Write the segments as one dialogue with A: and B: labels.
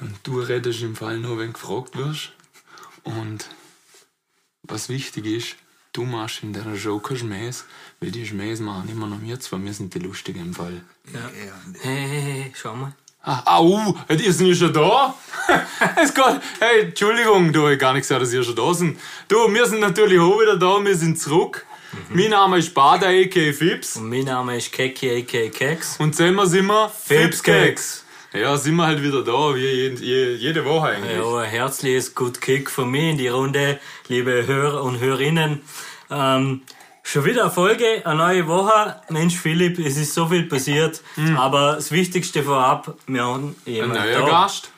A: Und du redest im Fall nur, wenn gefragt wirst. Und was wichtig ist, du machst in dieser Show keine Schmähs, weil die Schmähs machen immer noch wir zwei, wir sind die Lustigen im Fall.
B: Ja.
C: Hey, hey, hey, schau mal.
A: Ah, au, die sind ja schon da. es geht, hey, Entschuldigung, du, ich hab gar nicht gesagt, dass ihr schon da sind. Du, wir sind natürlich auch wieder da, wir sind zurück.
C: Mhm.
A: Mein Name ist Bader, a.k.a. Fips.
C: Und mein Name ist Keki, a.k.a. Keks.
A: Und zusammen sind wir
C: Fipscakes.
A: Ja, sind wir halt wieder da, wie jede, je- jede Woche eigentlich.
C: Ja, Äh, oh, ein herzliches Good Kick von mir in die Runde, liebe Hörer und Hörerinnen. Ähm, schon wieder eine Folge, eine neue Woche. Mensch, Philipp, es ist so viel passiert. Aber das Wichtigste vorab, wir haben
A: Mhm. Ein
C: jemanden
A: neuer
C: da.
A: Gast.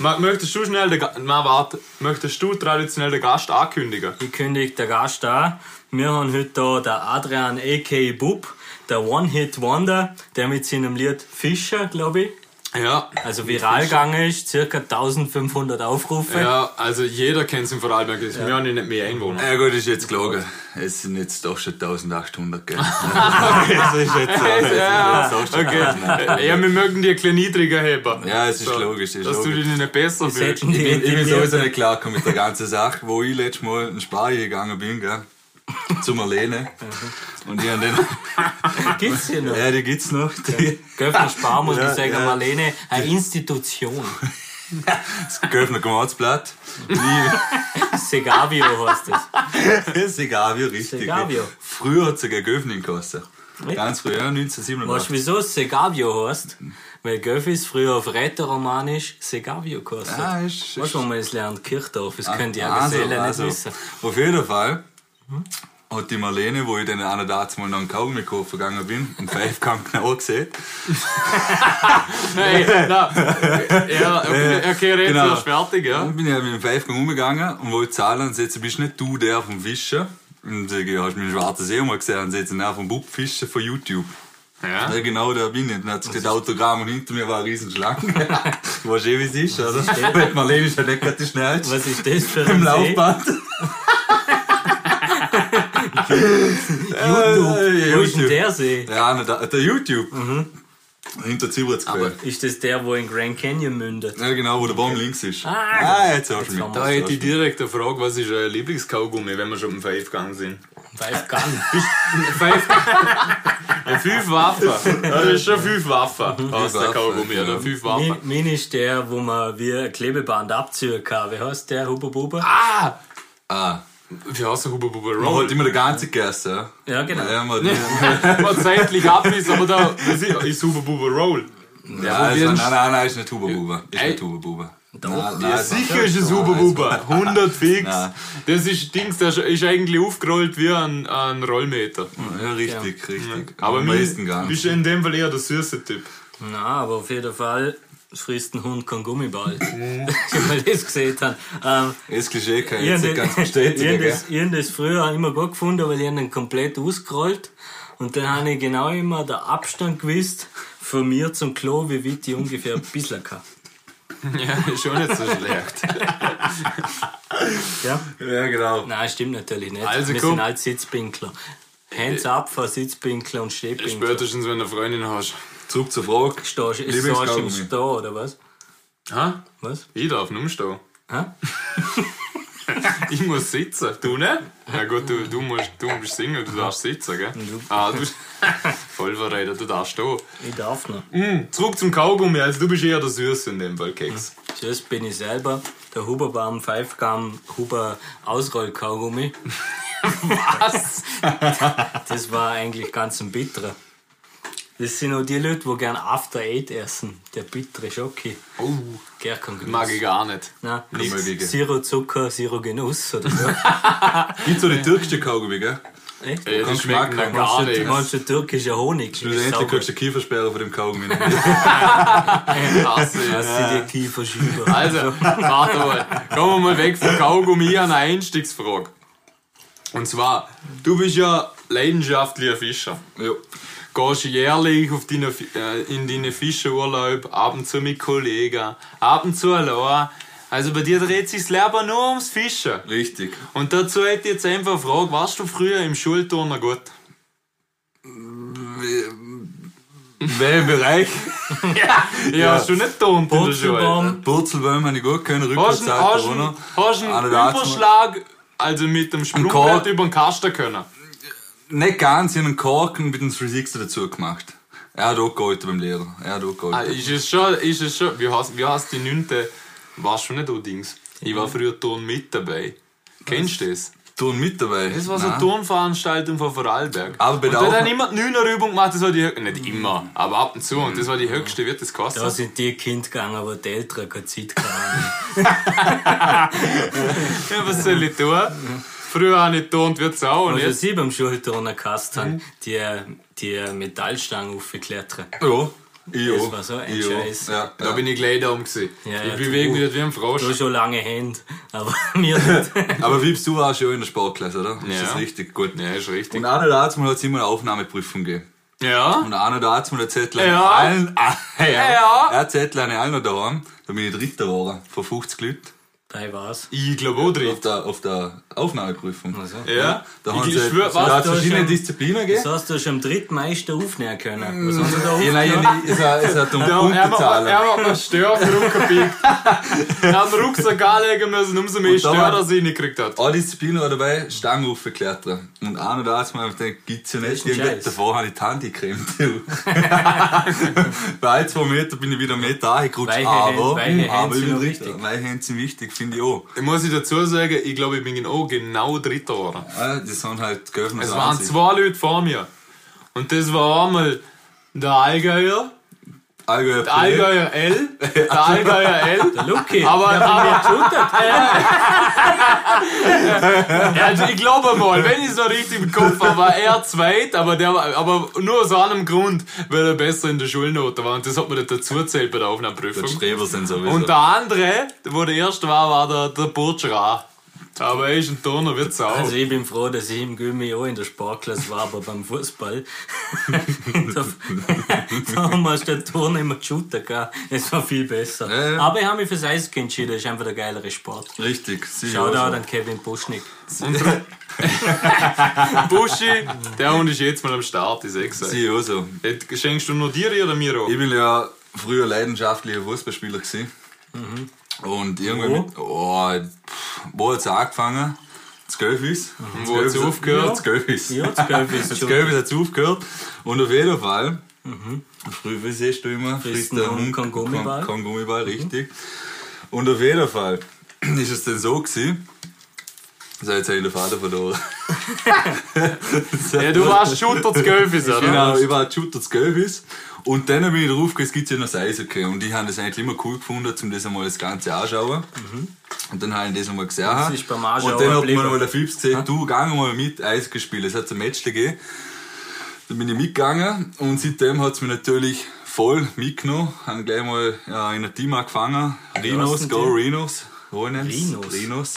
A: Ma- Möchtest du schnell den Gast, warte, möchtest du traditionell den Gast ankündigen?
C: Ich kündige den Gast an. Wir haben heute da den Adrian, a.k.a. Bub, der One-Hit-Wonder, der mit seinem Lied Fischer, glaube ich,
A: Ja.
C: also viral gegangen ist, circa 1500 Aufrufe.
A: Ja, also jeder kennt es im Vorarlberg, das- wir haben ja nicht mehr Einwohner.
B: Ja gut, ist jetzt gelogen. Es sind jetzt doch schon 1800, gell?
A: Das ist jetzt ja, okay. ja, wir mögen dir ein bisschen niedriger heben.
B: Ja, es ist logisch, es ist
A: dass du
B: logisch.
A: dich nicht besser fühlst.
C: hätten die-
B: Ich bin, ich bin
C: Intimidierter.
B: sowieso nicht klargekommen mit der ganzen Sache, wo ich letztes Mal in Spanien gegangen bin, gell? Zum Erlehnen. Und ich hab den,
C: Gibt's hier noch?
B: ja, die gibt's noch. Die,
C: Göffner Spar, muss
B: Ja,
C: ich sagen,
B: ja.
C: Marlene, eine Institution.
B: das Göffner Kommerzblatt.
C: Segavio heißt das.
B: Segavio, richtig.
C: Segavio.
B: Früher hat's sogar Göffning gekostet. Ganz früher,
C: Weißt du,
B: 1987.
C: wieso es Segavio heißt? Weil Göffis früher auf Rätoromanisch Segavio gekostet.
B: Ah, ist-
C: Weißt du, wenn man es lernt, Kirchdorf, das könnt ihr
B: Also,
C: also, nicht
B: also,
C: wissen. Hm?
B: Auf jeden Fall hat die Marlene, wo ich dann einer da mal noch einen Kaugummi kaufen gegangen bin, einen Pfeifkampf genau gesehen.
A: Nein, nein. Ja, okay, okay red
B: Genau.
A: erst fertig, ja.
B: Dann bin ich halt mit dem Pfeifgang umgegangen und wollte zahlen und sagte, bist nicht du der vom Fischen? Und sag ich, hast du meinen schwarzen See mal gesehen? Und sagte, nein, vom Bub Fischen von YouTube.
A: Ja.
B: Ja, genau, der bin ich. Dann hat sich das Autogramm und hinter mir war eine riesen Schlange. du weißt eh, wie es ist, oder? Weil die Marlene ist ja nicht gerade die schnellste
C: Was ist das für ein
B: im
C: See?
B: Laufband.
C: YouTube. Wo ist denn
B: Äh, YouTube.
C: der Mhm. See?
B: Ja, na, da- der YouTube. Hinter Zibritz
C: Ist das der, wo in Grand Canyon mündet?
B: Ja, genau, wo der Baum links ist.
C: Ah,
B: jetzt hast du mich.
C: haben
A: Da
B: Jetzt
A: hätte ich
B: hast du
A: direkt eine Frage, was ist euer Lieblingskaugummi, wenn wir schon im Five gegangen sind?
C: Weiß gar nicht.
A: Fünf, ja, fünf Waffen. Ja, das ist schon fünf Waffen aus der
B: Waffen,
A: Kaugummi, oder?
B: ja.
A: Fünf
C: Min,
A: Waffen.
C: min ist der, wo man wie ein Klebeband abziehen kann. Wie heißt der? Hubba Bubba?
A: Ah!
B: mich. Ah,
A: Wie heißt der Hubba Bubba
B: man
A: Roll?
B: hat immer den ganzen gegessen. Ja,
C: Ja, genau.
B: ja man, ja,
A: Man zeitlich ab ist, aber da das ist, ist Hubba Bubba Roll. Ja,
B: also,
A: probieren-
B: nein, nein, nein, ist nicht Huberbuba. Ist
A: Ey.
B: nicht Huberbuba. Nein,
A: ja,
B: nein,
A: sicher ist es Hubba Bubba. 100 fix.
B: Nein.
A: Das ist Dings, das ist eigentlich aufgerollt wie ein, ein Rollmeter.
B: Ja, richtig, richtig.
A: Aber
B: man
A: mir
B: isst ihn gar nicht.
A: bist in dem Fall eher der süße Typ.
C: Na, aber auf jeden Fall frisst ein Hund keinen Gummiball. Wenn wir das gesehen haben. Ähm,
B: Das Klischee kann
C: ich
B: ich jetzt
C: habe
B: nicht ganz
C: ne. das,
B: bestätigen, gell?
C: ich hab das früher immer gut gefunden, weil ich hab ihn komplett ausgerollt. Und dann habe ich genau immer den Abstand gewusst von mir zum Klo, wie weit ich ungefähr ein bisschen kann.
A: Ja, ist schon nicht so schlecht.
C: Ja?
B: Ja, genau.
C: Nein, stimmt natürlich nicht.
A: Also
C: Wir
A: komm.
C: sind halt Sitzpinkler. Hands up von Sitzpinkler und Stehpinkler.
A: Spätestens, wenn du eine Freundin hast.
B: Zurück zur Frage.
C: Stehst ist so
B: Lieblingskaugummi.
C: im Stehen, oder was?
A: Ha?
C: Was?
A: Ich darf nicht umstehen.
C: Hä?
A: Ich muss sitzen. Du ne? Ja gut, du, du, musst, du bist Single, du darfst sitzen, gell? Ah, du voll verredet, du darfst stehen.
C: Ich darf noch.
A: Hm, zurück zum Kaugummi, also du bist eher der Süße in dem Fall, Keks.
C: Tschüss, bin ich selber. Der Huberbaum, Pfeifgamm, Huber Ausrollkaugummi.
A: Was?
C: Das war eigentlich ganz ein bitterer. Das sind auch die Leute, die gern After Eight essen. Der bittere Schoki.
A: Oh,
C: Gern kein Genuss.
A: mag ich gar nicht.
C: Nein,
B: Nicht mögliche.
C: Zero Zucker, Zero Genuss oder so.
B: Gibt's so die türkische Kaugummi, gell?
C: Echt?
A: Ey,
B: Kein
A: das schmeckt mir
B: Geschmack,
A: Äh, gar
C: Meinst du,
A: nichts.
C: meinst du türkischer Honig?
B: Schlussendlich
C: Sauber.
B: kriegst du eine Kiefersperre von dem Kaugummi. ne?
A: Hasse ich.
C: Das sind die Kieferschieber.
A: Also, warte mal. Kommen wir mal weg vom Kaugummi an eine Einstiegsfrage. Und zwar, du bist ja leidenschaftlicher Fischer.
B: ja.
A: Gehst jährlich auf deine, Fi- äh, in deine Fischerurlaub, ab und zu mit Kollegen, ab und zu allein. Also bei dir dreht sich's Leben nur ums Fischen.
B: Richtig.
A: Und dazu hätte ich jetzt einfach eine Frage, warst du früher im Schulturner gut?
B: In welchem Bereich?
A: Ja, hast du nicht getan in der Schule.
C: Purzelbaum.
B: Purzelbäume habe ich gut können,
A: Hast du
B: Rückwärtszeit,
A: hast du-
B: Corona.
A: hast du einen
B: Alle da hat's mal-
A: Überschlag, also mit dem Sprungbrett
B: Korb.
A: über den Kasten können?
B: Nicht ganz, ich habe einen Korken mit dem 360 dazu gemacht. Er hat auch gehalten beim Lehrer. Er hat auch
A: Ah,
B: gehalten.
A: ist es schon, ist es schon, wie heißt, wie heißt die neunte? Weißt du nicht, du Dings? Ich war früher Turn mit dabei. Kennst du das?
B: Turn mit dabei.
A: Das war so eine
B: Nein.
A: Turnveranstaltung von Vorarlberg.
B: Aber bei
A: und
B: der
A: dort
B: Aufma-
A: haben immer die Neunerübung gemacht, das war die höchste, nicht immer, aber ab und zu. Und das war die höchste, wird Mhm. das gekostet.
C: Da sind die Kinder gegangen, wo die Eltern keine Zeit hatten.
A: Ja, was soll ich tun? Früher habe ich geturnt, wird es auch. Und
C: Also
A: jetzt,
C: sie beim Schulturnen gehasst
A: Mhm.
C: haben, die, die Metallstangen aufgeklettert.
A: oh,
B: Ja. Ich
C: Das
B: auch.
C: war so ein
B: Ich auch.
C: Scheiß.
B: Ja,
A: da bin ich gleich da um. gewesen.
C: Ja,
A: ich
C: ja,
A: bewege mich
C: du-
A: nicht wie ein Frosch.
C: Du hast schon lange Hände, aber mir nicht.
B: Aber Wiebs, du warst ja auch in der Sportklasse, oder?
A: Ja.
B: Ist das richtig? Gut.
A: Ja, ist richtig.
B: Und einer der Arzt hat es immer eine Aufnahmeprüfung gegeben.
A: Ja?
B: Und einer der Arzt hat Zettel
A: Ja.
B: allen, ah, ja.
A: Ja.
B: Er hat Zettel an allen noch daheim. Da bin ich dritter geworden, von 50 Leuten.
C: Nein, was?
A: Ich glaube auch drin.
B: Auf der, auf der Aufnahmeprüfung.
C: so.
A: Ja?
B: Da
A: ich
B: haben sie, also
A: ich schwör,
B: da
A: was?
B: hat
C: da
B: verschiedene
C: schon-
B: Disziplinen gegeben.
C: Das hast du schon am drittmeisten aufnehmen können. Was hast du da
B: Ja, nein,
C: aufgenommen?
B: ja, es hat, es hat um
A: Ja,
B: Punkte
A: er macht-
B: zahlen.
A: er macht mir Stör rumgebiegt. Er hat den Rucksack anlegen müssen, umso mehr
B: Und da
A: Stör,
B: war-
A: dass er ihn nicht gekriegt hat.
B: Alle Disziplinen waren dabei, Stangen hochgeklettert. Und ein oder anderes Mal habe ich gedacht, gibt's ja nicht.
C: ein
B: Irgendwann
C: Scheiß.
B: davor habe ich die Hand gecremt. Bei ein, zwei Meter bin ich wieder einen Meter angerutscht.
C: Weiche Hände-
B: Aber,
C: weiche Hände
B: aber ich
C: sind
B: bin
C: noch
B: richtig.
C: wichtig.
B: Weiche Hände sind wichtig, finde ich auch.
A: Ich muss ich dazu sagen, ich glaube, ich bin auch genau dritter geworden.
B: Ja, Die sind halt geöffnet.
A: Es waren zwei Leute vor mir. Und das war einmal der Allgäuer,
B: Allgäuer
A: der Allgäuer L, der Allgäuer L.
C: Lucky,
A: Aber-
C: der hat mich
A: Also ich glaube mal, wenn ich so richtig im Kopf habe, war er zweit, aber, der, war- aber nur aus einem Grund, weil er besser in der Schulnote war. Und das hat man nicht dazu erzählt bei der
B: Die
A: Aufnahmeprüfung.
B: Streber sind sowieso.
A: Und der andere, wo der erste war, war der, der Burschra. Aber er ist ein Turner, wird's auch.
C: Also ich bin froh, dass ich im Gummi auch in der Sportklasse war, aber beim Fußball. da, da haben wir statt Turn immer Shooter gehabt. Es war viel besser.
B: Ja, ja.
C: Aber ich habe mich fürs Eishockey entschieden, das ist einfach der geilere Sport.
B: richtig. sie auch
C: Shoutout
B: so.
C: an Kevin Buschnick.
A: Buschi, der Hund ist jetzt mal am Start, ist eh gesagt.
B: Sie auch so.
A: Jetzt Schenkst du nur dir oder mir auch?
B: Ich bin ja früher leidenschaftlicher Fußballspieler gewesen. Und irgendwann
C: Wo?
B: mit, oh, pff, wo hat's angefangen? Das Golfis. Mhm.
A: Wo hat's aufgehört?
B: Das Golfis.
C: Ja, das Golfis.
B: Das Golfis hat's aufgehört. Und auf jeden Fall, früh, wie siehst du immer?
C: Frisst
B: der
C: ein Hund
B: Hund
C: keinen Gummiball?
B: Kein Gummiball, richtig. Und auf jeden Fall ist es dann so gewesen, so jetzt habe ich den Vater verloren.
A: Ja, du warst Shooter zu Golfis, oder?
B: Genau, ich war Shooter zu Gelbis. Und dann bin ich drauf es gibt ja noch das Eishockey. Und ich habe das eigentlich immer cool gefunden, um das einmal das Ganze anschauen. Und dann habe ich das einmal gesehen. Das
C: Mhm. ist beim Anschauen
B: Und dann hat mir
C: geblieben.
B: mal der Fips gesagt, du, geh mal mit Eishockey spielen. Es hat ein Match gegeben. Dann bin ich mitgegangen und seitdem hat es mich natürlich voll mitgenommen. Haben gleich mal ja, in ein Team angefangen. Rhinos,
C: sind
B: go
C: die?
B: Rhinos. Rhinos.
C: Rhinos?
B: Rhinos.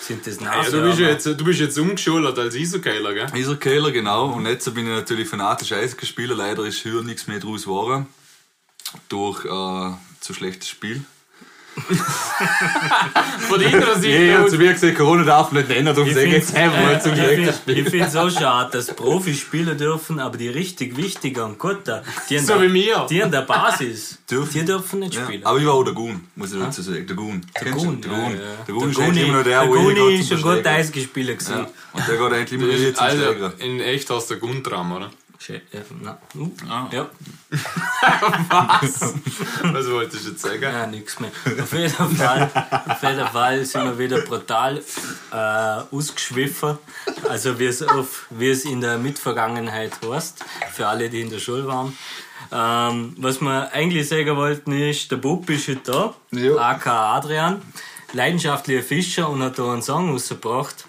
C: Sind das
A: Ja,
C: Nashörner?
A: du, bist jetzt, du bist jetzt umgeschult als Isokeiler, gell?
B: Isokeiler, genau. Und jetzt bin ich natürlich fanatisch Eishockeyspieler. Leider ist hier nichts mehr draus geworden. Durch äh, zu schlechtes Spiel.
A: Von der anderen Seite aus.
B: mir Also, gesagt, Corona darf nicht nennen, darum
C: Ich find's- äh, ich
B: schlechten
C: find- Ich finde es auch schade, dass Profis spielen dürfen, aber die richtig wichtigen und guten, die an
A: So
C: der,
A: wie mir.
C: Die an der Basis,
B: Dürfen.
C: die dürfen nicht
B: Ja,
C: spielen.
B: aber ich war auch der Gun, muss ich dazu sagen. Der Gun. Der
C: Guni,
B: Der
C: ja,
B: Gun.
C: ja.
B: Der Gun ist
C: Guni-
B: eigentlich immer noch der,
C: der
B: wo ich
C: Guni
B: gehe
C: ist
B: zum
C: schon gut
B: Steigern.
C: Eisgespieler gewesen.
B: Ja. Und der geht eigentlich immer wieder zum
A: Also,
B: Steigern.
A: in echt hast du Gundram, oder?
C: Schä- Ja. na, uh,
A: Ah.
C: ja.
A: Was wolltest du Also jetzt sagen?
C: Ja, nix mehr. Auf jeden Fall, auf jeden Fall sind wir wieder brutal äh, ausgeschwiffen. Also wie es, auf, wie es in der Mitvergangenheit heißt, für alle, die in der Schule waren. Ähm, was wir eigentlich sagen wollten ist, der Bub ist heute da,
B: Jo.
C: AK Adrian, leidenschaftlicher Fischer und hat da einen Song rausgebracht.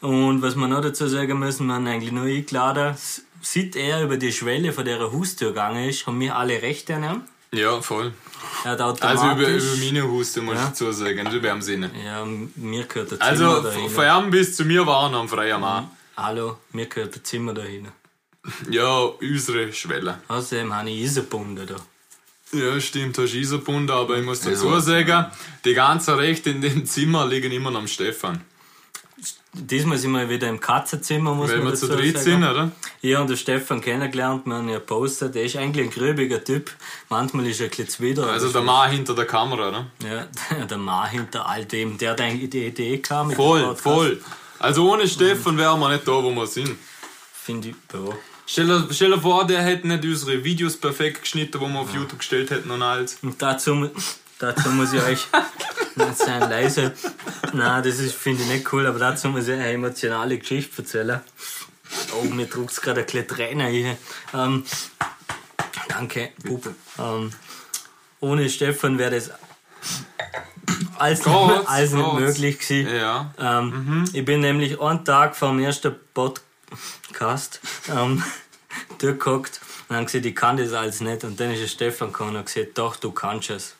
C: Und was wir noch dazu sagen müssen, wir haben eigentlich nur eingeladen, s- seit er über die Schwelle von der Haustür gegangen ist, haben wir alle Rechte an ihm.
A: Ja, voll.
C: Er hat automatisch.
A: Also über, über meine Huste muss ich dazu sagen, nicht über am Sinne.
C: Ja, mir gehört ein Zimmer
A: Also,
C: dahin.
A: von ihm bis zu mir waren am freien Mann.
C: Hallo, mir gehört ein Zimmer dahin.
A: Ja, unsere Schwelle.
C: Außerdem habe ich Iserbunden da.
A: Ja, stimmt, hast du Iserbund, aber ich muss dazu
B: Ja.
A: sagen, die ganzen Rechte in dem Zimmer liegen immer noch am Stefan.
C: diesmal sind wir wieder im Katzenzimmer, muss
A: Weil
C: man
A: wir
C: dazu
A: zu dritt
C: sagen.
A: sind, oder?
C: Ja, und der Stefan kennengelernt, wir haben ja gepostet, er ist eigentlich ein gröbiger Typ. Manchmal ist er ein bisschen wieder.
A: Also der Mann hinter der Kamera, ne?
C: ja, der Mann hinter all dem, der hat eigentlich die Idee kam.
A: Voll, voll. Also ohne Stefan wären wir nicht da, wo wir sind.
C: Finde ich, ja.
A: Stell dir, stell dir vor, der hätte nicht unsere Videos perfekt geschnitten, die wir auf YouTube gestellt hätten und alles.
C: Und dazu, mu- dazu muss ich euch nicht sein leise. Nein, das ist finde ich nicht cool, aber dazu muss ich eine emotionale Geschichte erzählen. Oh, mir druckt es gerade ein bisschen Tränen hier. Ähm, danke, Bub. Ähm, ohne Stefan wäre das alles,
A: Gott,
C: nicht, alles nicht
A: Gott.
C: möglich gewesen.
A: Ja.
C: Ähm, Ich bin nämlich einen Tag vor dem ersten Podcast ähm, durchgehockt und haben gesagt, ich kann das alles nicht. Und dann ist der Stefan gekommen und hat gesagt, doch, du kannst es.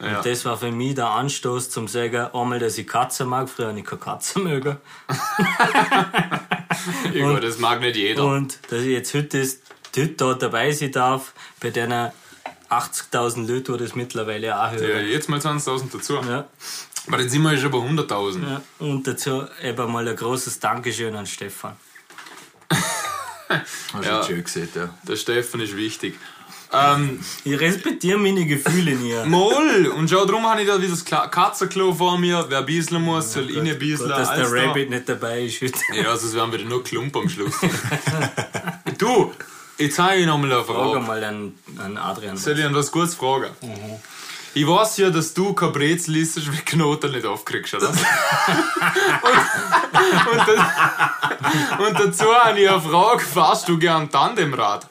A: ja.
C: Und das war für mich der Anstoß zum sagen, einmal, dass ich Katzen mag. Früher habe ich keine Katzen mögen.
A: Igor, das mag nicht jeder.
C: Und dass ich jetzt heute, ist, heute da dabei sein darf, bei den 80.000 Leuten, die das mittlerweile auch
A: ja,
C: hören.
A: jetzt mal 20.000 dazu.
C: Ja.
A: Aber dann sind wir ja schon bei 100.000.
C: Ja. Und dazu eben mal ein großes Dankeschön an Stefan.
B: Hast
A: Ja.
B: du schön gesehen, ja.
A: Der Stefan ist wichtig. Ähm,
C: Ich respektiere meine Gefühle nie.
A: Moll! Und schau, drum habe ich da wieder das Kla- Katzenklo vor mir. Wer bieseln muss, soll ja,
C: Gut,
A: reinbieseln.
C: dass der
A: alles da.
C: Rabbit nicht dabei ist heute.
A: Ja, sonst wären wir nur Klump am Schluss. du, jetzt habe ich nochmal eine Frage.
C: Frag mal an, an Adrian.
A: Soll ich an was Gutes fragen? Ich weiß ja, dass du kein Brezel isst, weil du Knoten nicht aufkriegst, oder? und, und, das, und dazu habe ich eine Frage, fährst du gern Tandemrad?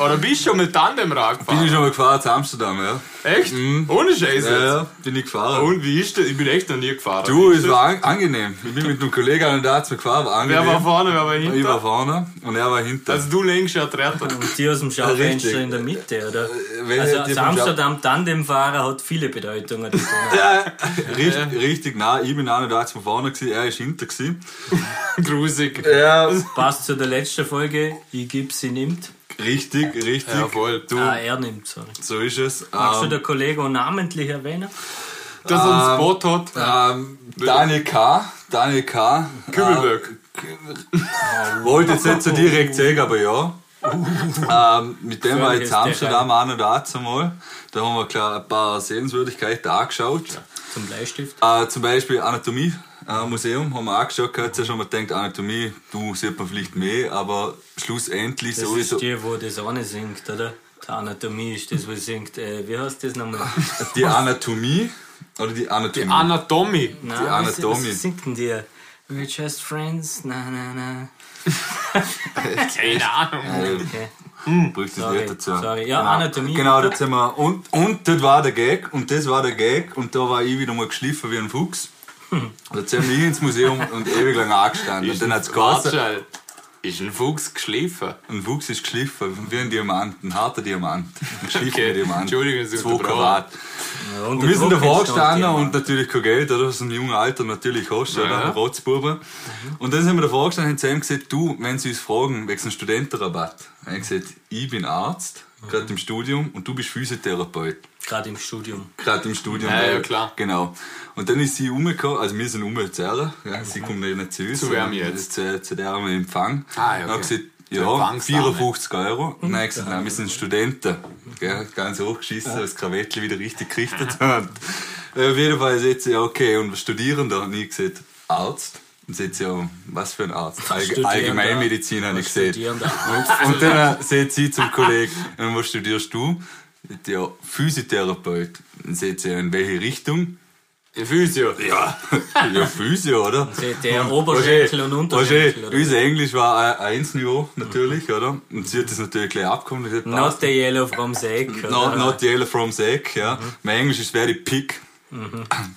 A: Oder bist du schon mit Tandemrad
B: Bin
A: gefahren?
B: ich schon mal gefahren zu Amsterdam, ja?
A: Echt? Ohne Scheiße.
B: Ah. Ja, ja, bin ich gefahren.
A: Und wie ist das? Ich bin echt noch nie gefahren.
B: Du, es war an angenehm. Ich bin mit einem Kollegen an der Arzt gefahren, war angenehm.
A: Wer war vorne, wer war
B: ich war
A: hinten?
B: vorne und er war hinter.
A: Also du lenkst ja Tretter.
C: Und die aus dem Schaufenster
B: Richtig.
C: in der Mitte, oder?
B: wenn
C: also
B: ihr die
C: als
B: vom Schau-
C: Amsterdam Tandemfahrer hat viele Bedeutungen. das Wort. äh,
B: richtig, richtig, nein, ich bin auch nicht der Arzt von vorne gewesen, er ist hinter gewesen.
A: Grusig.
B: Ja.
C: Passt zu der letzten Folge. Ich gib, sie nimmt.
B: Richtig, richtig.
A: Ja, voll.
B: Du,
C: Ah, er nimmt, sorry.
B: so ist es.
C: Magst du
B: Ähm,
C: der Kollege auch namentlich erwähnen?
A: Dass er einen Spot hat.
B: ähm, Daniel K., Daniel K., Ähm,
A: Kübelberg.
B: wollte jetzt nicht so direkt sagen, aber ja. ähm, mit dem war ich
C: Völlig
B: in Amsterdam auch noch da zumal. Da haben wir klar ein paar Sehenswürdigkeiten angeschaut.
C: Zum Bleistift.
B: Äh, zum Beispiel Anatomie. Äh, Museum haben wir auch geschaut, gehabt, jetzt schon mal denkt, Anatomie, du sieht man vielleicht mehr, aber schlussendlich
C: Das
B: sowieso.
C: ist die, wo das eine singt, oder? Die Anatomie ist das, wo sie singt. Äh, wie heißt das nochmal?
B: Die Anatomie oder die Anatomie?
A: Anatomie.
B: Mhm.
C: Nein,
B: Die
C: Was,
B: Anatomie.
C: was singt denn die? We're just friends, na na na.
A: Keine Ahnung.
C: Okay.
B: Brüchst das
C: Sorry,
B: nicht dazu.
C: sorry. Ja,
B: genau.
C: Anatomie.
B: Genau, da sind wir. Und, und das war der Gag, und das war der Gag, und da war ich wieder mal geschliffen wie ein Fuchs. Da sind wir ins Museum und ewig lang angestanden. Und dann hat's
A: Warte
B: geheißen,
A: schnell. Ist ein Fuchs geschliffen?
B: ein Fuchs ist geschliffen, wie ein Diamant, ein harter Diamant. Ein geschliffener
A: Okay,
B: Diamant.
A: Entschuldigung, dass ich
B: Zwei
A: unterbrochen
B: Karat.
C: Ja, und
B: Wir sind
C: der
B: davor
C: Druck entsteht
B: gestanden
C: immer.
B: und natürlich kein Geld, oder? Aus einem jungen Alter natürlich hast du,
A: halt Ja. Mhm.
B: oder? Rotzbuben. Und dann sind wir davor gestanden und haben zu ihm gesagt, du, wenn sie uns fragen, wegen einem Studentenrabatt. Er hat gesagt, ich bin Arzt,
A: Mhm.
B: gerade im Studium, und du bist Physiotherapeut,
C: Gerade im Studium.
B: gerade im Studium.
A: Ja, ja, klar.
B: Genau. Und dann ist sie umgekommen, also wir sind umgezogen, ja, sie kommt nicht nicht zu uns.
A: Zu wem
B: sondern
A: jetzt?
B: Zu, zu der am Empfang.
A: Ah, ja,
B: Und er hat
A: okay.
B: gesagt,
A: Zur
B: ja,
A: Empfangsdame. Mhm.
B: 54 Euro. Nein, ich hab gesagt, nein, wir sind Studenten. Gell, ganz hochgeschissen, das Krawettchen wieder richtig gerichtet hat. Auf jeden Fall sagt sie, ja, okay, und was studieren da? Und ich gesagt, Arzt. Und sagt sie, ja, was für ein Arzt? Allg
C: Studierender.
B: Allgemeinmedizin habe ich
C: Was
B: gesehen.
C: studieren
B: Und dann sagt sie zum Kollegen, und was studierst du? Ich sag, Ja, Physiotherapeut. Dann sagt sie, in welche Richtung?
A: Ein Physio.
B: Ja, ja Physio, oder?
C: Seht ihr, Oberschenkel und Unterschenkel,
B: Roger,
C: oder?
B: Unser Englisch war ein 1-Niveau, natürlich, oder? Und sie hat das natürlich gleich abgekommen. und hat
C: Not the yellow from the egg. oder?
B: not, not yellow from the egg, ja. Mein Englisch ist very pick.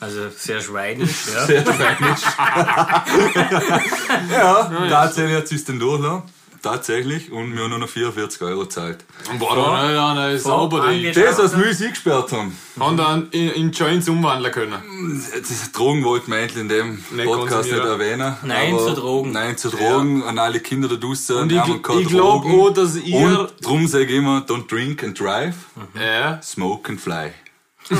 C: Also sehr schweinisch, ja.
B: Sehr Englisch. ja, tatsächlich hat sie es dann durchgelassen. Tatsächlich. Und wir haben nur noch 44 Euro gezahlt.
A: Boah, da da- da ist sauber. ey.
C: angeschnitten.
B: Das, was wir uns eingesperrt haben.
A: Haben dann in, in Joints umwandeln können.
B: Das Drogen wollten wir eigentlich in dem
A: Nicht
B: Podcast nicht
A: konsumieren.
B: erwähnen.
C: Nein
B: aber
C: zu Drogen.
B: Nein zu Drogen an alle Kinder da draußen.
A: Und
B: wir
A: ich-
B: haben keine
A: ich glaub
B: Drogen.
A: auch, dass ihr-
C: Hm.
B: Und darum sage ich immer, don't drink and drive,
A: Ja.
B: smoke and fly. Ganz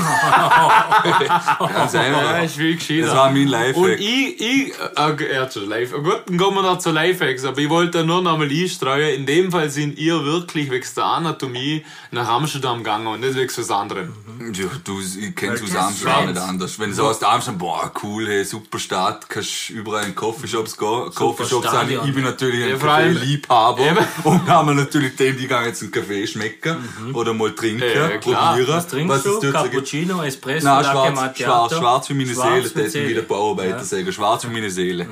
A: Ja,
B: einfach.
A: ist viel gescheiter.
B: Das war mein
A: Und
B: Lifehack.
A: ich, ich, ah, ja, schon live. Gut, dann gehen wir noch zu Lifehacks, aber ich wollte da nur noch mal einstreuen. In dem Fall sind ihr wirklich wegen der Anatomie nach Amsterdam gegangen und nicht wegen was anderem.
B: Ja, du, ich kenn's aus
D: das
B: Amsterdam
D: ist
B: nicht anders. Wenn du so aus Amsterdam, boah, cool, hey, super Stadt, kannst überall in Coffeeshops gehen. Coffeeshops sind,
C: Stadion.
B: ich bin natürlich
A: Ja,
B: ein
A: vor allem- Eben.
B: Kaffee-Liebhaber. Und haben wir natürlich dem, die gehen jetzt einen Kaffee schmecken oder mal trinken,
A: Ja, klar.
B: probieren.
C: Was trinkst
B: es
C: du?
B: dort so gibt.
C: Cappuccino, Espresso,
B: Nein,
C: Latte
B: schwarz,
C: Macchiato?
B: schwarz, schwarz für meine
C: Schwarz für
B: Seele,
C: die
B: das wie
C: Seele.
B: der Bauarbeiter sagen, schwarz für meine Seele.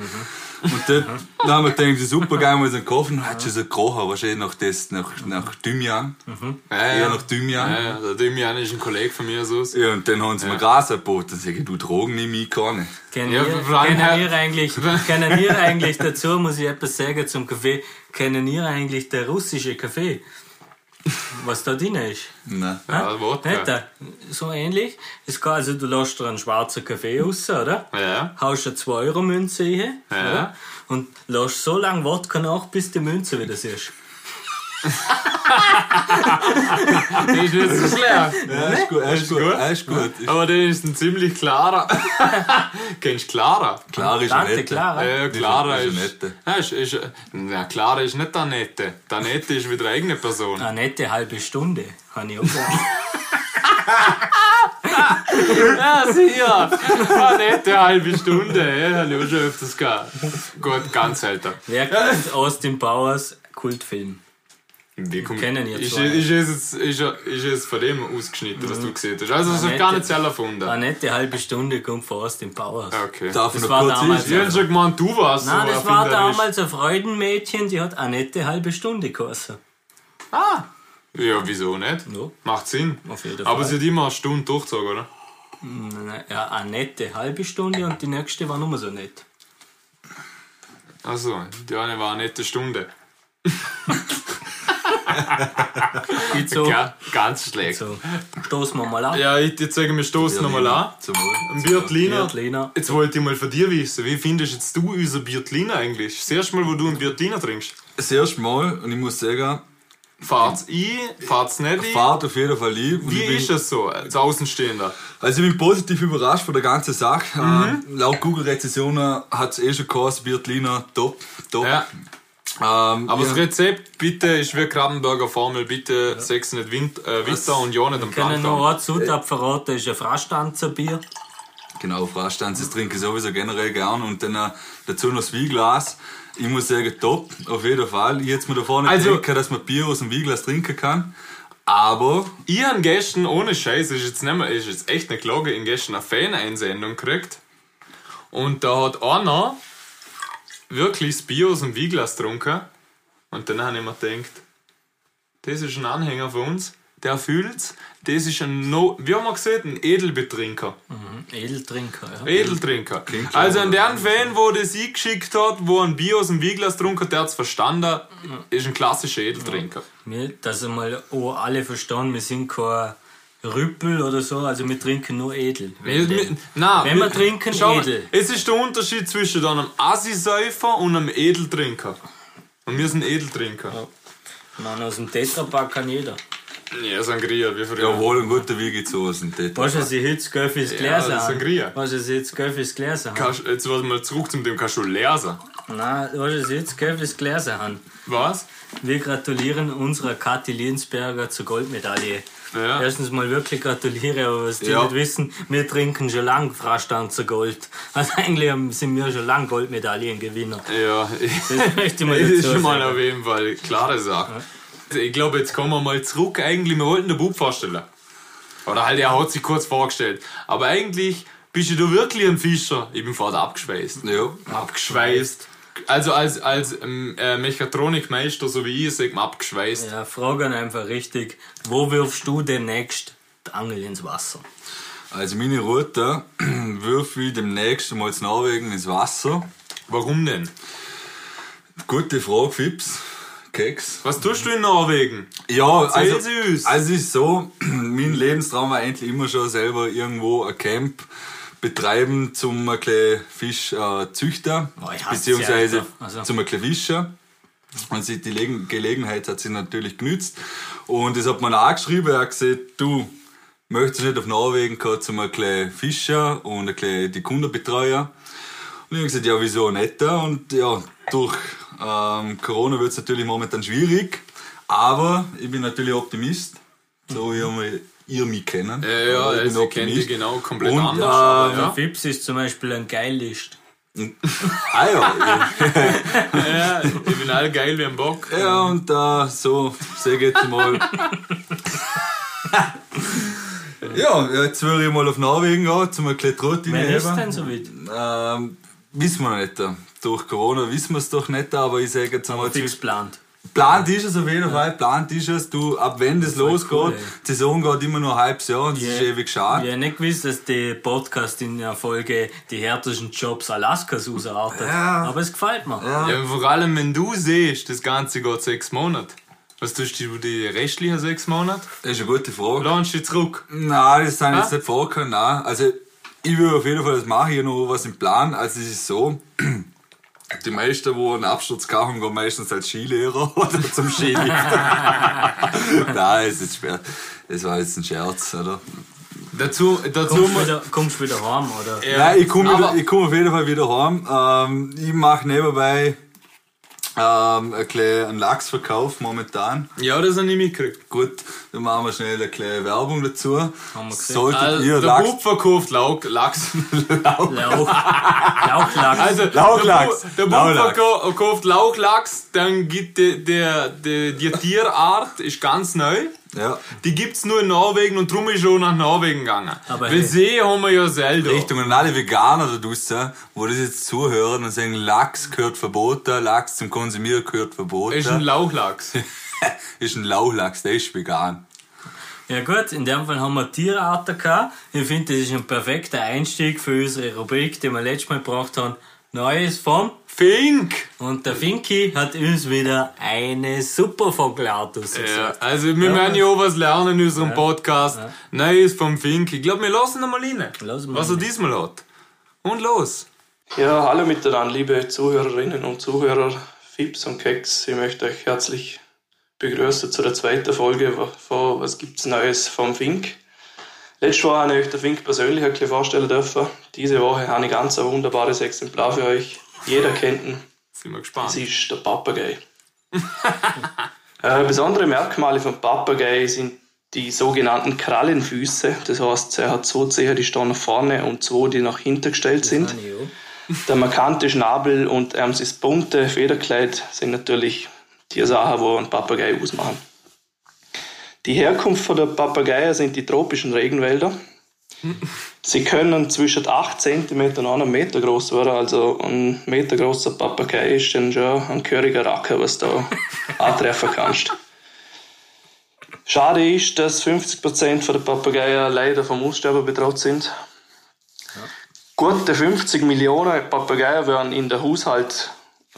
B: Und dort dann haben wir gedacht, super, gehen wir in den Kaffee und hat schon so gerochen, wahrscheinlich nach, das, nach, nach Thymian,
A: Ja,
B: eher
A: ja.
B: nach Thymian.
A: Ja, ja, der Demian ist ein Kollege von mir, so.
B: Ja, und dann haben sie mir Gras angeboten. Dann sag ich, du Drogen nehme ich gar nicht.
C: Kennen
A: Ja,
C: wir,
A: Brian,
C: kennen
A: Herr-
C: wir eigentlich, kennen wir eigentlich dazu, muss ich etwas sagen zum Kaffee, kennen wir eigentlich der russische Kaffee? Was da drin ist?
B: Nein.
A: Ja, Wodka.
C: Nicht da? So ähnlich. Es kann, also du lässt dir einen schwarzen Kaffee raus, oder?
A: Ja.
C: Haust eine 2-Euro-Münze rein,
A: Ja.
C: oder? Und lässt so lange Wodka nach, bis die Münze wieder siehst.
A: Der ist nicht so schlecht.
B: Ja, ist gut, ist gut,
A: gut.
B: ist gut. Ist
A: Aber der ist ein ziemlich klarer. Kennst du Clara?
B: klar, ist
C: Tante
B: nett.
C: Clara.
A: Ja, Clara
B: ist
A: ist.
B: eine
A: Nette.
B: Nette.
A: Ja, ist, ist, na, Clara ist nicht der Nette. Der Nette ist wieder eine eigene Person.
C: Eine nette halbe Stunde, habe ich auch gesagt.
A: Ja, sicher. Eine nette halbe Stunde. Ja, habe ich auch schon öfters gehabt. Gut, ganz selten.
C: Wer kennt Austin Powers Kultfilm?
A: Wir
C: kennen jetzt
A: Ist,
C: zwei. Mhm.
A: ist, es jetzt, ist, ist es von dem ausgeschnitten, was du gesehen hast? Also, es ist
C: Annette.
A: gar nicht selber erfunden.
C: Eine nette halbe Stunde kommt von Austin Powers.
A: Okay.
B: Darf
C: Das
B: ich noch
C: war
B: kurz
C: damals-
A: Ich hätte schon gemeint, du warst so
C: Nein, das war
A: erfinderisch.
C: damals ein Freudenmädchen, die hat eine nette halbe Stunde geheißen.
A: Ah! Ja, wieso nicht?
C: Ja.
A: Macht Sinn.
C: Auf jeden
A: Aber
C: Fall.
A: sie hat immer eine Stunde durchgezogen, oder?
C: Nein, Ja, eine nette halbe Stunde und die nächste war nur so nett.
A: Also, die eine war eine nette Stunde.
C: Gut so,
A: Ja, ganz schlecht.
C: so. stoßen wir mal ab.
A: Ja, ich jetzt sagen, wir stoßen nochmal an.
B: Zum Wohl.
A: Biertliner.
C: Biertliner.
A: Jetzt wollte ich mal von dir wissen, wie findest jetzt du unser Biertliner eigentlich? Das erste Mal, wo du ein Biertliner trinkst.
B: Das erste Mal, und ich muss sagen,
A: Fahrt's ein, fahrt's nicht ein.
B: fahrt auf jeden Fall lieb. Und
A: Wie
B: ich bin,
A: ist das so, als Außenstehender?
B: Also ich bin positiv überrascht von der ganzen Sache. Ähm, laut Google-Rezensionen hat es eh schon geheißen, Biertliner top, top.
A: Ja,
B: Ähm,
A: aber
B: wir-
A: das Rezept bitte ist wie Krabbenburger Formel, bitte sechs nicht Wind, äh, Witter und ja nicht am
C: Wir können
A: Plankton.
C: noch eine Zutat verraten, ist ein Frastanzerbier.
B: Genau, Frastanz, das trinke ich sowieso generell gern. Und dann äh, dazu noch das Weinglas. Ich muss sagen, top, auf jeden Fall. Ich hätte mir da vorne
A: Also-
B: also, denken, dass man Bier aus dem Weinglas trinken kann. Aber,
A: Ich habe gestern, ohne Scheiß, ist jetzt, nicht mehr, ist jetzt echt eine Klage, in gestern eine Fan-Einsendung gekriegt. Und da hat einer wirklich das Bier aus dem Wieglas getrunken. Und dann habe ich mir gedacht, das ist ein Anhänger von uns, der fühlt's, das ist ein, no wie haben wir gesehen, ein Edelbetrinker.
C: Edeltrinker, ja.
A: Edeltrinker. Also an deren Fan, wo das eingeschickt hat, wo ein Bier aus dem Wieglas getrunken hat, der hat's verstanden, ist ein klassischer Edeltrinker.
C: Wir, dass einmal auch alle verstehen, wir sind kein Rüppel oder so, also wir trinken nur edel.
A: Wir- wir- na,
C: Wenn wir trinken,
A: schau,
C: edel.
A: Es ist der Unterschied zwischen einem Assi-Säufer und einem Edeltrinker. Und wir sind Edeltrinker.
C: Mann, aus dem Tetrapack kann jeder.
A: Ja, Sangria, wie früher.
B: jawohl, ein guter Wein gibt's auch aus dem Tetra.
C: Was ist jetzt Göffis Gläser?
A: das ist ein Grier.
C: Was ist jetzt Göffis Gläser? haben?
A: Kannst- Jetzt warte mal zurück zum dem Kaschulerser.
C: Nein, was ist jetzt Göffis Gläser? haben?
A: Was?
C: Wir gratulieren unserer Kathi Linsberger zur Goldmedaille.
A: Ja.
C: Erstens mal wirklich gratuliere, aber was die
B: Ja.
C: nicht wissen, wir trinken schon lang Frastand zu Gold. Also eigentlich haben- sind wir schon lang Goldmedaillengewinner.
A: Ja,
C: Das möchte ich mal
A: das
C: dazu
A: ist schon mal
C: sagen.
A: auf jeden Fall eine klare Sache. Ich glaube, jetzt kommen wir mal zurück. Eigentlich, wir wollten den Bub vorstellen. Oder halt, er hat sich kurz vorgestellt. Aber eigentlich bist du wirklich ein Fischer. Ich bin vorher abgeschweißt.
B: Ja.
A: Abgeschweißt. Also als, als ähm, äh, Mechatronikmeister, so wie ich, sagt man abgeschweißt.
C: Ja, fragen einfach richtig, wo wirfst du demnächst die Angel ins Wasser?
B: Also meine Route würfe ich demnächst mal zu Norwegen ins Wasser.
A: Warum denn?
B: Gute Frage, Fips. Keks.
A: Was tust du in Norwegen?
B: Ja,
A: Erzähl
B: also,
A: sie uns.
B: also es ist so, mein Lebenstraum war eigentlich immer schon selber irgendwo ein Camp betreiben zum ein bisschen Fischzüchter, äh, Züchter,
C: Oh, ich hasse
B: beziehungsweise
C: sie einfach. Also.
B: zum ein bisschen Fischer. Und sie, die Legen- Gelegenheit hat sie natürlich genützt. Und das hat man auch geschrieben, er hat gesagt, du, möchte ich nicht auf Norwegen gehen, zum ein bisschen Fischer und ein bisschen die Kunden betreuen. Und ich habe gesagt, ja, wieso nicht? Und ja, durch ähm, Corona wird es natürlich momentan schwierig, aber ich bin natürlich Optimist. So, ich habe ihr mich kennen.
A: Ja, ja,
B: ich
A: also ich kenne die genau komplett
B: Und,
A: anders.
B: äh,
A: aber
C: Der
A: ja.
C: Fips ist zum Beispiel ein Geilist.
B: Ah ja,
A: Ja, ich bin all geil wie ein Bock.
B: Ja, und äh, so, sehr jetzt mal. ja, jetzt würde ich mal auf Norwegen gehen, zum Kletterroutine
C: Wer ist denn so weit?
B: Ähm, wissen wir nicht. äh. Durch Corona wissen wir es doch nicht, aber ich sage jetzt mal,
C: Fix plant.
B: plant ist es auf jeden Fall, plant ist es, du, ab wenn das, losgeht,
C: cool, ey.
B: die Saison geht immer nur ein halbes Jahr und das ist ewig schade.
C: Ich hab nicht gewusst, dass die Podcast in der Folge die härtesten Jobs Alaskas ausartet.
B: Ja.
C: Aber es gefällt mir.
A: Ja, vor allem wenn du siehst, das Ganze geht sechs Monate. Was tust du die restlichen sechs Monate?
B: Das ist eine gute Frage.
A: Launch dich zurück.
B: Nein, das sind jetzt nicht vorgekommen, nein. Also, ich will auf jeden Fall, das mache ich ja noch was im Plan. Also, es ist so, die meisten, die einen Absturz gehabt haben, gehen meistens als Skilehrer oder zum Skilift. nein, es ist schwer. Das war jetzt ein Scherz, oder?
A: Dazu, dazu
C: Kommst du
A: muss.
C: wieder, kommst du wieder heim, oder?
A: Ja,
B: Nein, ich komme
A: aber-
B: wieder- ich komme auf jeden Fall wieder heim. Ähm, ich mache nebenbei ähm, ein klein- einen Lachsverkauf momentan.
A: Ja, das habe ich mitgekriegt.
B: Gut, dann machen wir schnell eine kleine Werbung dazu. Haben
C: wir gesehen.
B: Solltet
A: Also,
B: ihr
A: der
B: Lachs...
A: Bub verkauft Lauch, Lachs.
C: Lauch. Lauchlachs.
A: Also,
B: Lauchlachs.
A: Der Bu- der Bub
B: Lauchlachs.
A: verkau- verkauft Lauchlachs, dann gibt der, der, der, die Tierart ist ganz neu.
B: Ja.
A: Die gibt es nur in Norwegen und darum ist schon nach Norwegen gegangen.
C: Aber
A: Weil
C: hey.
A: See haben wir ja selten.
B: Richtung an alle Veganer da draußen, wo das jetzt zuhören und sagen, Lachs gehört verboten, Lachs zum Konsumieren gehört verboten.
A: Ist ein Lauchlachs.
B: ist ein Lauchlachs, der ist vegan.
C: Ja gut, in dem Fall haben wir Tierarten gehabt. Ich finde, das ist ein perfekter Einstieg für unsere Rubrik, die wir letztes Mal gebracht haben. Neues vom
A: Fink!
C: und der Finki hat uns wieder eine super Vogelartus
A: Ja,
C: gesagt.
A: also wir werden ja auch was lernen in unserem Podcast. Neues vom Fink. Ich glaube, wir lassen ihn mal rein,
C: Lassen wir
A: was er
C: ihn
A: diesmal hat. Und los.
D: Ja, hallo miteinander, liebe Zuhörerinnen und Zuhörer, Fips und Keks. Ich möchte euch herzlich begrüßen zu der zweiten Folge von Was gibt's Neues vom Fink. Letzte Woche habe ich euch den Fink persönlich ein bisschen vorstellen dürfen. Diese Woche habe ich ganz ein wunderbares Exemplar für euch. Jeder kennt ihn.
A: Sind wir gespannt.
D: Das ist der Papagei. äh, besondere Merkmale vom Papagei sind die sogenannten Krallenfüße. Das heißt, er hat zwei Zehen, die stehen nach vorne und zwei, die nach hinten gestellt sind. Der markante Schnabel und ähm, das bunte Federkleid sind natürlich die Sachen, wo ein Papagei ausmachen. Die Herkunft von der Papageien sind die tropischen Regenwälder. Sie können zwischen 8 cm und einem Meter groß werden, also ein Meter großer Papagei ist dann schon ein gehöriger Racker, was du da antreffen kannst. Schade ist, dass 50% von der Papageien leider vom Aussterben bedroht sind. Gute 50 Millionen Papageien werden in der Haushalt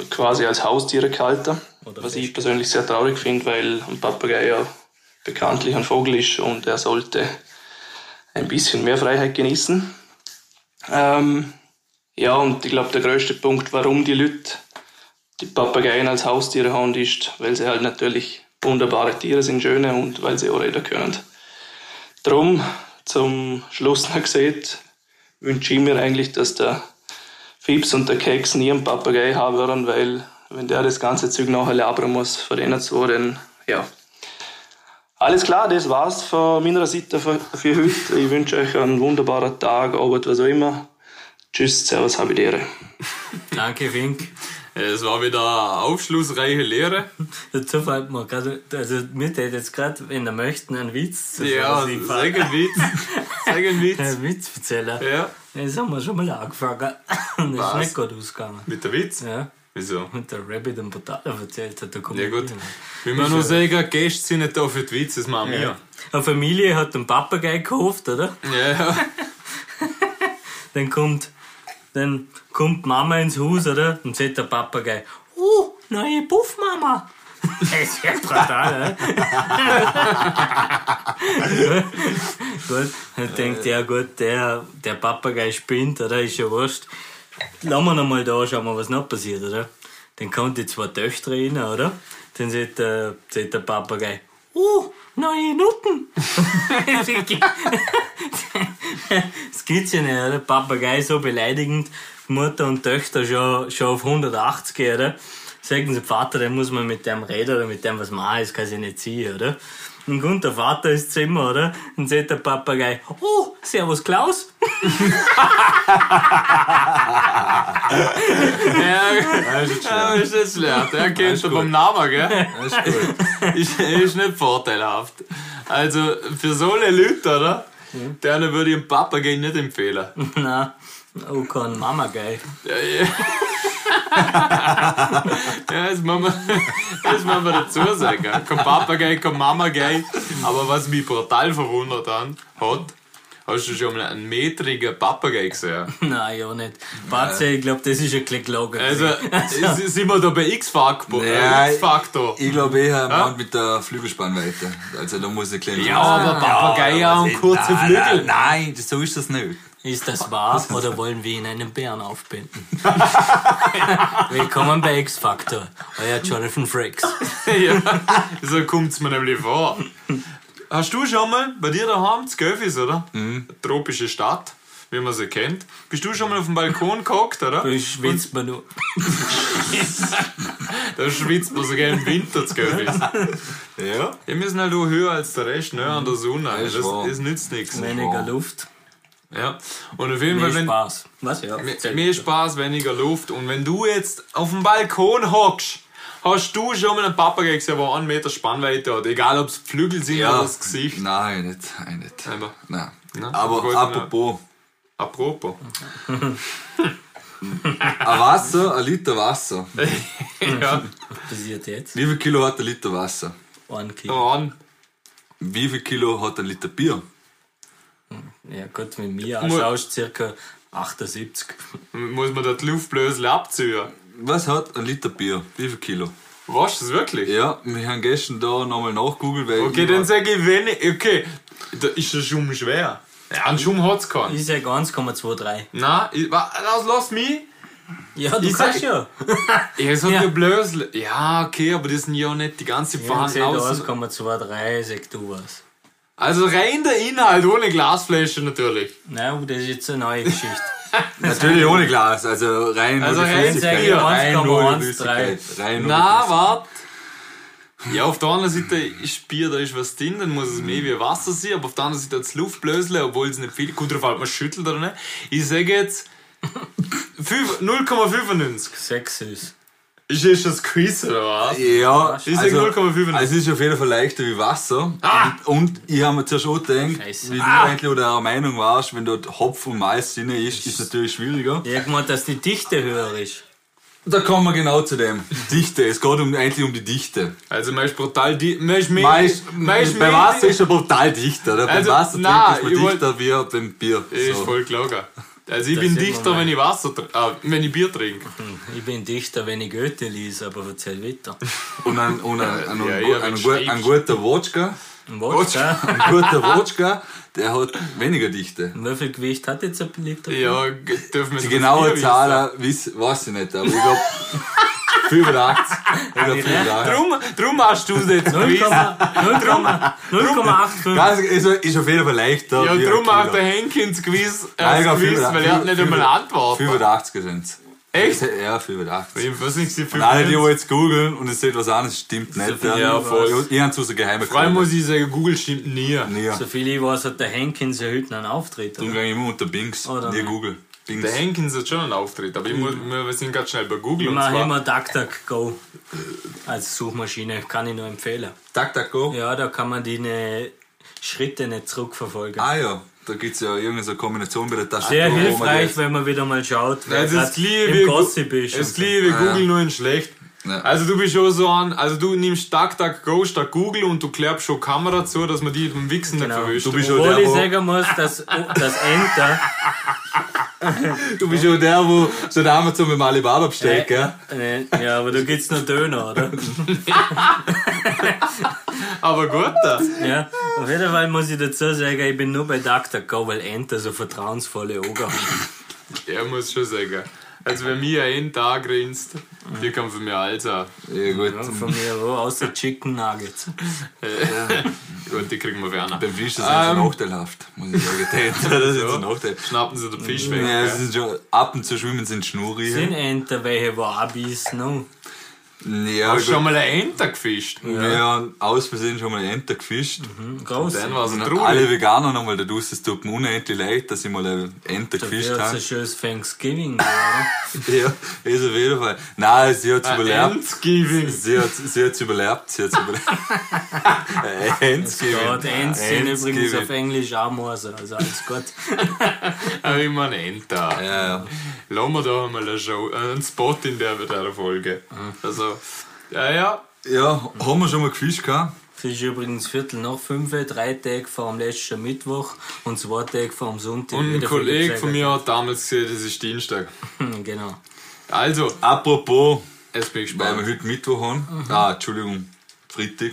D: quasi als Haustiere gehalten. was ich persönlich sehr traurig finde, weil ein Papagei ja bekanntlich ein Vogel ist und er sollte ein bisschen mehr Freiheit genießen. Ähm, ja, und ich glaube, der größte Punkt, warum die Leute die Papageien als Haustiere haben, ist, weil sie halt natürlich wunderbare Tiere sind, schöne und weil sie auch reden können. Drum, zum Schluss noch gesehen, wünsche ich mir eigentlich, dass der Fips und der Keks nie einen Papagei haben werden, weil wenn der das ganze Zeug nachher labern muss, für den so, dann ja. Alles klar, das war's von meiner Seite für, für heute. Ich wünsche euch einen wunderbaren Tag, Arbeit, was auch immer. Tschüss, Servus, habe die Ehre.
C: Danke, Fink.
A: Es war wieder eine aufschlussreiche Lehre.
C: Dazu fällt mir gerade, also mir tät jetzt gerade, wenn ihr möchten, einen Witz zu
A: Ja,
C: sagen.
A: sag ein Witz. Sag ein Witz.
C: Ein Witz erzählen.
A: Ja.
C: Das haben wir schon mal angefangen. Und das ist nicht gut ausgegangen.
A: Mit der Witz?
C: Ja.
A: Wieso?
C: Und der Rabbit und Potato erzählt hat, da kommt
A: Ja gut.
C: nicht hin.
A: Wie man nur sagen, Gäste sind nicht da für die Witze, das machen wir.
C: Eine Familie hat einen Papagei gekauft, oder?
A: Ja, ja.
C: Dann kommt, dann kommt Mama ins Haus, oder? Und sieht der Papagei, oh, neue Puffmama. Das ist ja brutal, oder? gut, dann denkt ja gut, der, der Papagei spinnt, oder? Ist ja wurscht. Lassen wir noch mal da, schauen wir, was noch passiert, oder? Dann kommt die zwei Töchter rein, oder? Dann sieht der, sieht der Papagei, uh, neue Nutten. das gibt's ja nicht, oder? Papagei so beleidigend, Mutter und Töchter schon, schon auf 180, oder? Sagen sie, Vater, dann muss man mit dem reden oder mit dem was machen, das kann sich nicht ziehen, oder? Und gut, der Vater ist Zimmer, oder? Und sagt der Papagei, oh, servus Klaus.
A: Ja,
B: Das ist
A: ja, ist nicht schlecht. Er kennt schon beim Namen, gell?
B: gut.
A: Ist, ist nicht vorteilhaft. Also, für so eine Leute, oder? Denen würde ich einen Papagei nicht empfehlen.
C: Na, oh, kein Mama geil.
A: Ja, ja. ja, das muss man, das muss man dazu sagen. Kein Papagei, kein Mamagei. Aber was mich brutal verwundert an, hat, hast du schon mal einen metrigen Papagei gesehen?
C: Nein, ja nicht. Batze, ich glaube, das ist ein Klicklogo.
A: Also, s- sind wir da bei X-Faktor? äh,
B: Ja,
A: X-Faktor.
B: Ich glaube eher, man hat mit der Flügelspannweite. Also da muss ich klein
A: Ja, aber
B: Ah,
A: Papagei haben kurze
B: nein,
A: Flügel.
B: Nein, nein, das- so ist das nicht.
C: Ist das wahr oder wollen wir ihn einen Bären aufbinden? Willkommen bei X-Factor, euer Jonathan Frakes.
A: ja, so kommt's mir nämlich vor. Hast du schon mal bei dir daheim zu Göffis, oder? Tropische Stadt, wie man sie kennt. Bist du schon mal auf dem Balkon gehockt, oder?
C: Ich schwitze mir nur.
A: Da schwitzt man sogar im Winter zu Göffis.
B: Ja?
A: Wir müssen halt auch höher als der Rest, ne, an der Sonne. Das,
B: ist wahr.
A: das nützt nichts.
C: Weniger Luft,
A: Ja. Und auf jeden
C: mehr
A: Fall, wenn,
C: Spaß. Was? Ja,
A: Me- Mehr Spaß, weniger Luft. Und wenn du jetzt auf dem Balkon hockst, hast du schon mal einen Papagei gesehen, der einen Meter Spannweite hat. Egal ob es Flügel sind oder das Gesicht.
B: Nein, nicht. Nein, nicht.
A: Aber-
B: Nein.
A: Nein,
B: Aber
A: gut,
B: apropos,
A: Apropos.
B: ein Wasser, ein Liter Wasser.
A: ja.
C: passiert jetzt?
B: Wie viel Kilo hat ein Liter Wasser?
C: Ein Kick.
A: Mann.
B: Wie viel Kilo hat ein Liter Bier?
C: Ja gut, wenn mir anschaust, circa 78.
A: Muss man da die Luftblösel abziehen?
B: Was hat ein Liter Bier? Wie viel Kilo?
A: Weißt du das wirklich?
B: Ja, wir haben gestern da nochmal nachgegoogelt, weil
A: Okay,
B: ich
A: dann
B: war-
A: sage ich, wenn ich, Okay, da ist der Schumm schwer. Ja, einen Schumm hat's keinen.
C: Ich sag 1,23.
A: Nein, ich, wa- lass, lass mich.
C: Ja, du
A: Ich
C: kannst
A: sag-
C: ja.
A: Ja, es hat
C: Ja.
A: ja Blösel. Ja, okay, aber das sind ja auch nicht die ganze
C: Ja, ich
A: Fahne
C: sag
A: aus.
C: 1,23, sag du was.
A: Also rein der Inhalt, ohne Glasfläche natürlich.
C: Nein, das ist jetzt eine neue Geschichte.
B: Natürlich ohne Glas, also rein
A: Also
B: nur die
A: rein
B: Flüssigkeit.
A: Bier,
B: Rein nur die
C: 1,13.
B: Flüssigkeit. Rein nur die
A: Na,
B: Flüssigkeit.
A: warte. Ja, auf der anderen Seite ist Bier, da ist was drin, dann muss es mehr wie Wasser sein, aber auf der anderen Seite hat es Luftblösle, obwohl es nicht viel, gut drauf, ob man schüttelt oder nicht. Ich sage jetzt fünf- 0,95.
C: Sex ist.
A: Ist das das Quiz oder was?
B: Ja, also,
A: Ich sag 0,5.
B: Es ist auf jeden Fall leichter wie Wasser.
A: Ah!
B: Und, und ich habe mir zuerst auch gedacht,
C: Scheiße.
B: wie du eigentlich oder der Meinung warst, wenn dort Hopf und Malz drin ist, ist natürlich schwieriger.
C: Ich hab gemeint, dass die Dichte höher ist.
B: Da kommen wir genau zu dem. Dichte, es geht um, eigentlich um die Dichte.
A: Also, man ist brutal, die, man ist mehr,
B: Meist,
A: man ist
B: bei
A: mehr-
B: Wasser ist er brutal dicht, oder? Beim
A: Also,
B: Wasser
A: nein,
B: trinkt
A: ich
B: ist man
A: wollt-
B: dichter wie beim Bier.
A: Ist
B: So.
A: voll klar. Also, ich
C: Da
A: bin
C: sieht man
A: dichter,
C: mal.
A: wenn ich Wasser, tr- äh, wenn ich Bier trinke.
C: Ich bin Dichter, wenn ich Goethe lese, aber erzähl weiter.
B: Und ein, und ein, ein,
A: Ja,
B: ein,
A: ja,
B: ein,
A: wenn's
B: gut-
A: schriebst.
B: ein guter Wodka,
C: Ein Wodka.
B: ein guter Wodka, der hat weniger Dichte.
C: Wie viel Gewicht hat jetzt ein Liter?
A: Ja, g- dürfen wir
B: Die
A: das
B: genaue
A: Bier wissen?
B: Zahl äh, weiß, weiß ich nicht, aber ich glaube 85. Ich glaub, 85.
A: Drum, drum hast du es jetzt gewusst.
C: 0,85.
B: Das also, ist, ist auf jeden Fall leichter.
A: Ja,
B: wie ein
A: drum
B: Kilo.
A: hat der Henkins gewiss, äh,
B: genau. Nein, ich glaub,
A: gewiss weil er hat nicht
B: 85.
A: einmal eine Antwort.
B: 85 sind
A: Echt?
B: Ja, 85.
A: Ich weiß nicht, sie für
B: Alle, die die jetzt googeln und es sieht was anderes, stimmt nicht.
A: viel Ja, voll.
B: Ich habe zu so geheime
A: Vor allem muss ich sagen, Google stimmt nie.
B: Nee, ja.
C: So viel ich weiß, hat der Henkins ja heute noch einen Auftritt.
B: Darum
C: oder?
B: gehe ich immer unter Bings.
C: Oder
B: Nee,
C: nicht.
B: Google. Bings.
A: Der Henkins hat schon einen Auftritt,
B: Hm.
A: aber ich muss, wir sind ganz schnell bei Google.
C: Ich
A: Und
C: mache
A: zwar,
C: immer DuckDuckGo als Suchmaschine, kann ich nur empfehlen.
B: Tak, tak, go.
C: Ja, da kann man deine Schritte nicht zurückverfolgen.
B: Ah ja, da gibt es ja irgendeine so Kombination bei der Tasche.
C: Sehr
B: wo man
C: hilfreich,
B: die-
C: wenn man wieder mal schaut, wer
A: es ist
C: grad
A: gleich
C: im
A: wie,
C: Gossip
A: Gu-
C: ist.
A: es ist
C: und so.
A: gleich wie Google, nur in schlecht.
B: Ja.
A: Also du bist schon so an, also du nimmst DuckDuckGo statt Google und du klärst schon Kamera zu, dass man die beim Wichsen nicht
C: Genau.
A: verwischt.
B: Du bist schon
C: Obwohl
B: der,
C: ich
B: wo-
C: sagen muss, dass das Enter
B: Du bist ja der, wo so der Amazon mit dem Alibaba bestellt, gell?
C: Äh, Ja, aber da gibt's nur Döner, oder?
A: aber gut, äh, da.
C: Ja. Auf jeden Fall muss ich dazu sagen, ich bin nur bei DuckDuckGo, weil Enter so vertrauensvolle Augen hat.
A: Ja, muss schon sagen. Also wenn mir ein Tag grinst, die kann von mir alles an.
B: Ja, gut.
C: Ja, von mir wo, außer Chicken Nuggets.
A: Gut, die kriegen wir ferner.
B: Beim Fisch ist das also
C: Ähm.
B: nachteilhaft, muss ich sagen. Das ist jetzt ein Nachteil.
A: Schnappen sie den Fisch weg.
B: Ja, es ist schon, ab und zu schwimmen sind
C: Sind
B: Schnurri.
C: Enter, welche Wabis noch?
B: Ja,
A: Hast du
B: gut.
A: schon mal eine Ente gefischt?
B: Also- Ja, aus Versehen schon mal eine Ente gefischt.
C: Groß.
A: Dann war es ein
B: Alle
A: Trubel.
B: Veganer nochmal da draußen, es tut mir unendlich leid, dass ich mal eine Ente
C: Da
B: gefischt
C: wird ein
B: habe.
C: schönes Thanksgiving, ne? oder?
B: Ja, ist auf jeden Fall. Nein, sie hat es überlebt.
A: Endgiving.
B: Sie hat sie hat's überlebt, sie hat es überlebt.
C: Ja,
B: Endgiving.
C: die Ents sind
B: Thanksgiving.
C: übrigens auf Englisch auch Morse, also alles gut.
A: Aber immer eine Ente.
B: Ja, ja.
A: Lassen wir da mal eine Show, äh, einen Spot in der, der Folge.
B: Ah.
A: Also, ja, ja.
B: ja, haben wir schon mal gefischt gehabt?
C: Es ist übrigens Viertel nach fünf, drei Tage vor dem letzten Mittwoch und zwei Tage vor dem Sonntag.
A: Und
C: wie
A: ein
C: der
A: Kollege
C: Philipp
A: von mir hat damals gesehen, das ist Dienstag.
C: gesagt hat. Genau.
A: Also,
B: Apropos,
A: jetzt bin ich
B: weil wir
A: gespannt.
B: heute Mittwoch
A: Mhm.
B: haben. Ah, Entschuldigung, Freitag.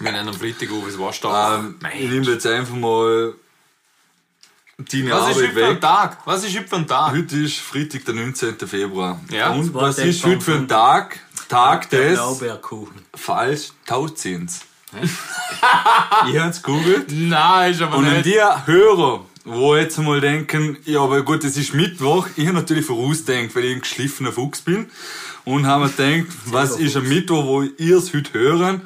A: Wir nehmen am Freitag auf, es war stark.
B: Ähm, ich nehme jetzt einfach mal
A: Was
B: deine
A: ist heute
B: Arbeit
A: für ein
B: weg.
A: Tag? Was ist heute für ein Tag?
B: Heute ist Freitag, der 19. Februar.
A: Ja.
B: Und
C: War
B: was
C: der
B: ist heute für ein
C: vom-
B: Tag? Tag
C: Der
B: des...
C: Blaubeerkuchen.
B: falsch Tauzins. ich hab's googelt.
A: Nein, ist aber
B: Und an
A: nicht.
B: die Hörer, wo jetzt mal denken, ja, aber gut, es ist Mittwoch. Ich hab natürlich vorausdenkt, weil ich ein geschliffener Fuchs bin. Und haben mir gedacht, was ist am Mittwoch, wo ihr's heute hören?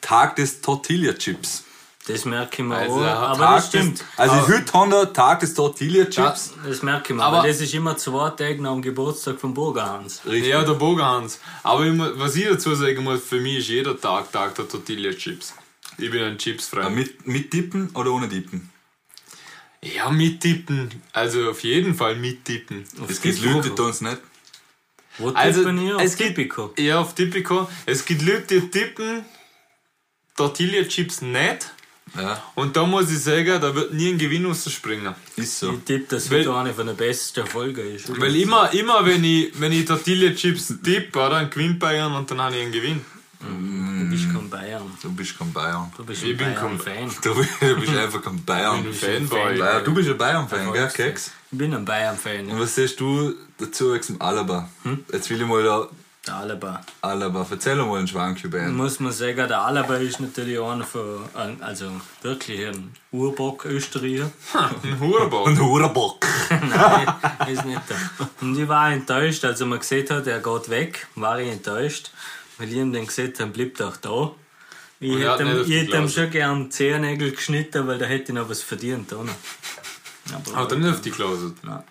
B: Tag des Tortilla Chips.
C: Das merke ich mir
A: Also,
C: auch,
A: der
C: aber
B: Tag
C: das stimmt.
B: Des, also heute haben wir Tag des Tortilla Chips.
C: Das merke ich mir,
A: Aber-
C: aber das ist immer zwei Tage nach dem Geburtstag von Burgerhans.
B: Richtig.
A: Ja, der Bogans. Aber ich, mu- was ich dazu sagen muss, für mich ist jeder Tag Tag der Tortilla-Chips. Ich bin ein Chips-Freund.
B: Mit, mit Dippen oder ohne Dippen?
A: Ja, mittippen. Also auf jeden Fall mittippen.
B: Das geht Leute da uns nicht.
C: Wo
A: Also,
C: also, tippt ihr?
A: es
C: Auf Tipico.
A: Ja, auf Tipico. Es gibt Leute, die tippen Tortilla-Chips nicht.
B: Ja,
A: Und da muss ich sagen, da wird nie ein Gewinn rausspringen.
B: ist so.
C: Ich tippe, dass
A: Weil-
C: heute eine von der besten Folgen ist.
A: Weil immer, immer wenn ich, wenn ich Tortilla-Chips tippe, oder, dann gewinnt Bayern und dann habe ich einen Gewinn.
C: Du bist kein Bayern.
B: Du bist kein Bayern.
C: Du bist
A: Ich
C: ein
A: bin kein-
C: Bayern-Fan.
B: Du bist einfach kein Bayern.
A: Ich bin ein Fanboy.
B: Bayern. Du bist ein Bayern-Fan, gell, Keks?
C: Ich bin ein Bayern-Fan.
B: Und was siehst du dazu wegen dem Alaba? Hm? Jetzt will ich mal da
C: Der Alaba.
B: Alaba. Erzähl mal einen Schwank über ihn.
C: Muss man sagen, der Alaba ist natürlich einer von, ein- also wirklich ein Urbock Österreicher.
A: Ein Hurenbau.
B: Und Hurabock.
C: Er ist nicht da. Und ich war enttäuscht, als man gesehen hat, er geht weg, war ich enttäuscht. Weil ich ihm dann gesehen habe, bleibt auch da. Ich
A: er hat nicht
C: hätte, ihm,
A: auf
C: ich
A: die
C: hätte ihm
A: Klausel.
C: schon gern Zehennägel geschnitten, weil da hätte ich noch was verdient, oder? Aber
A: Hat er nicht auf die Klausel?
C: Nein.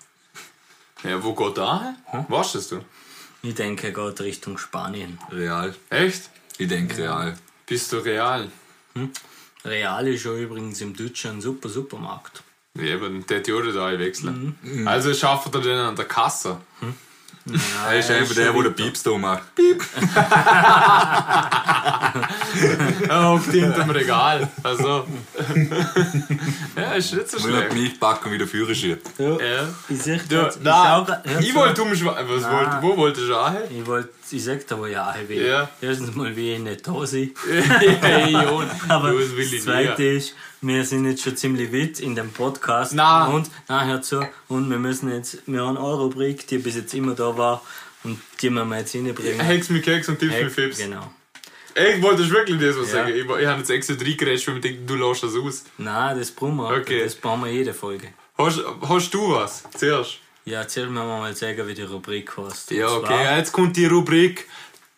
A: Ja, wo geht da? Hm? Weißt das du?
C: ich denke, er geht Richtung Spanien.
B: Real.
A: Echt?
B: Ich denke real.
A: Bist du real?
C: Real ist ja übrigens im Deutschen ein super Supermarkt.
A: Ja, Eben, der Theorie da wechseln.
C: Mhm.
A: Also schafft er den an der Kasse.
B: Er ist einfach der, der den Pieps da macht.
A: Ja, hockt hinterm Regal. Also. ja, ist nicht so
B: Will er
A: schlecht.
B: mich packen, wie der Führer schiebt.
A: Ja.
C: Ich sehe grad-
A: Du,
C: ich schau
A: na,
C: grad- hör
A: ich
C: zu.
A: wollte umschweifen. Was wollte, wo wollte ich auch hin?
C: Ich wollte, ich sag da wo ja auch will.
A: Ja.
C: Erstens mal wie ich nicht da sein.
A: hey, Jon,
C: Aber
A: du, das will
C: das
A: ich
C: zweite
A: nicht.
C: ist, wir sind jetzt schon ziemlich weit in dem Podcast.
A: Na.
C: Und nachher zu. Und wir müssen jetzt, wir haben eine Rubrik, die bis jetzt immer da war und die müssen wir jetzt reinbringen.
A: Hex mit Keks und Tipps
C: Hey,
A: mit Fips.
C: Genau.
A: Ey, wolltest du wirklich das was
C: Ja.
A: sagen? Ich, war- ich habe jetzt extra drei geredet, weil ich denke, du lässt das aus.
C: Nein, das brauchen wir.
A: Okay.
C: Das brauchen wir jede Folge.
A: Hast, hast du was? Zuerst.
C: Ja, erzähl mir mal sagen, wie die Rubrik heißt. Und
A: Ja, okay.
C: zwar-
A: ja, Jetzt kommt die Rubrik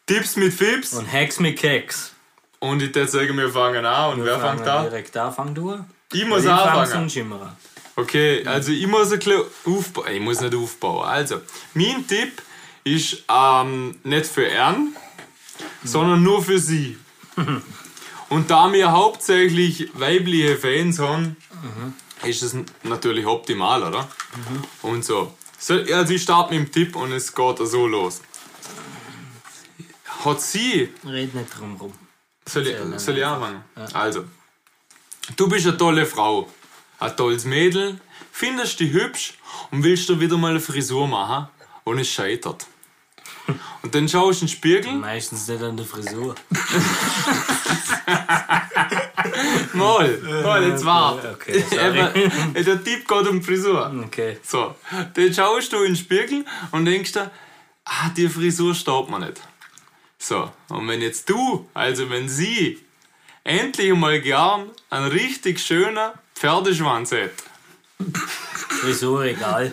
A: Tipps mit Fips. Und,
C: Und Hex mit Keks.
A: ich würde sagen, wir fangen an. Und wer
C: Fangen
A: fängt
C: wir
A: an?
C: Direkt an, fang du an.
A: Ich muss
C: Weil fang
A: anfangen.
C: sonst immer an.
A: Okay, also ich muss ein bisschen aufbauen. Ich muss nicht aufbauen. Also, mein Tipp ist ähm, nicht für Ern, sondern nur für sie. Und da wir hauptsächlich weibliche Fans haben, ist es n- natürlich optimal, oder? Und so. so. Also ich starte mit dem Tipp und es geht so los. Hat sie
C: Red nicht drum rum.
A: soll ich, soll ich anfangen? Also, du bist eine tolle Frau, ein tolles Mädel, findest dich hübsch und willst dir wieder mal eine Frisur machen und es scheitert. Und dann schaust du in den Spiegel.
C: Meistens nicht an der Frisur.
A: Mal, mal, jetzt warte.
C: Okay, sorry.
A: Eben, Der Typ geht um die Frisur.
C: Okay.
A: So, dann schaust du in den Spiegel und denkst dir, ah, die Frisur staubt mir nicht. So, und wenn jetzt du, also wenn sie, endlich mal gern einen richtig schönen Pferdeschwanz hat.
C: Frisur egal.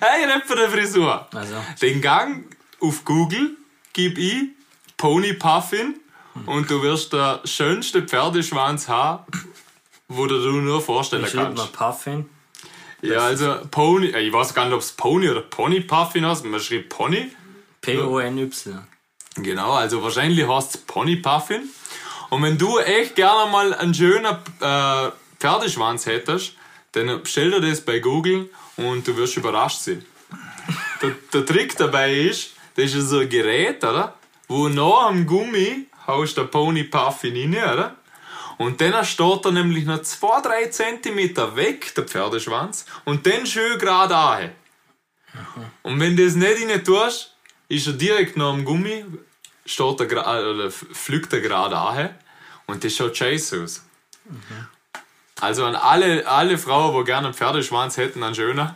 A: Hey, nicht für die Frisur.
C: Also,
A: Den Gang auf Google gib ich Pony Puffin und du wirst der schönste Pferdeschwanz haben, wo du dir nur vorstellen
C: schreibt man
A: kannst.
C: Puffin.
A: Ja, also Pony, ich weiß gar nicht, ob es Pony oder Pony Puffin heißt, man schreibt Pony.
C: P-O-N-Y.
A: Genau, also wahrscheinlich heißt es Pony Puffin. Und wenn du echt gerne mal einen schönen äh, Pferdeschwanz hättest, dann bestell dir das bei Google und du wirst überrascht sein. der, der Trick dabei ist, das ist so ein Gerät, oder? Wo nach am Gummi haust der Pony Puffin rein, oder? Und dann steht er nämlich noch 2-3 cm weg, der Pferdeschwanz, und dann schön gerade an. Und wenn du das nicht rein tust, ist er direkt nach dem Gummi, steht er, gra- äh, oder f- fliegt er gerade an und das schaut scheiße aus.
C: Mhm.
A: Also an alle, alle Frauen, die gerne einen Pferdeschwanz hätten, einen schöner.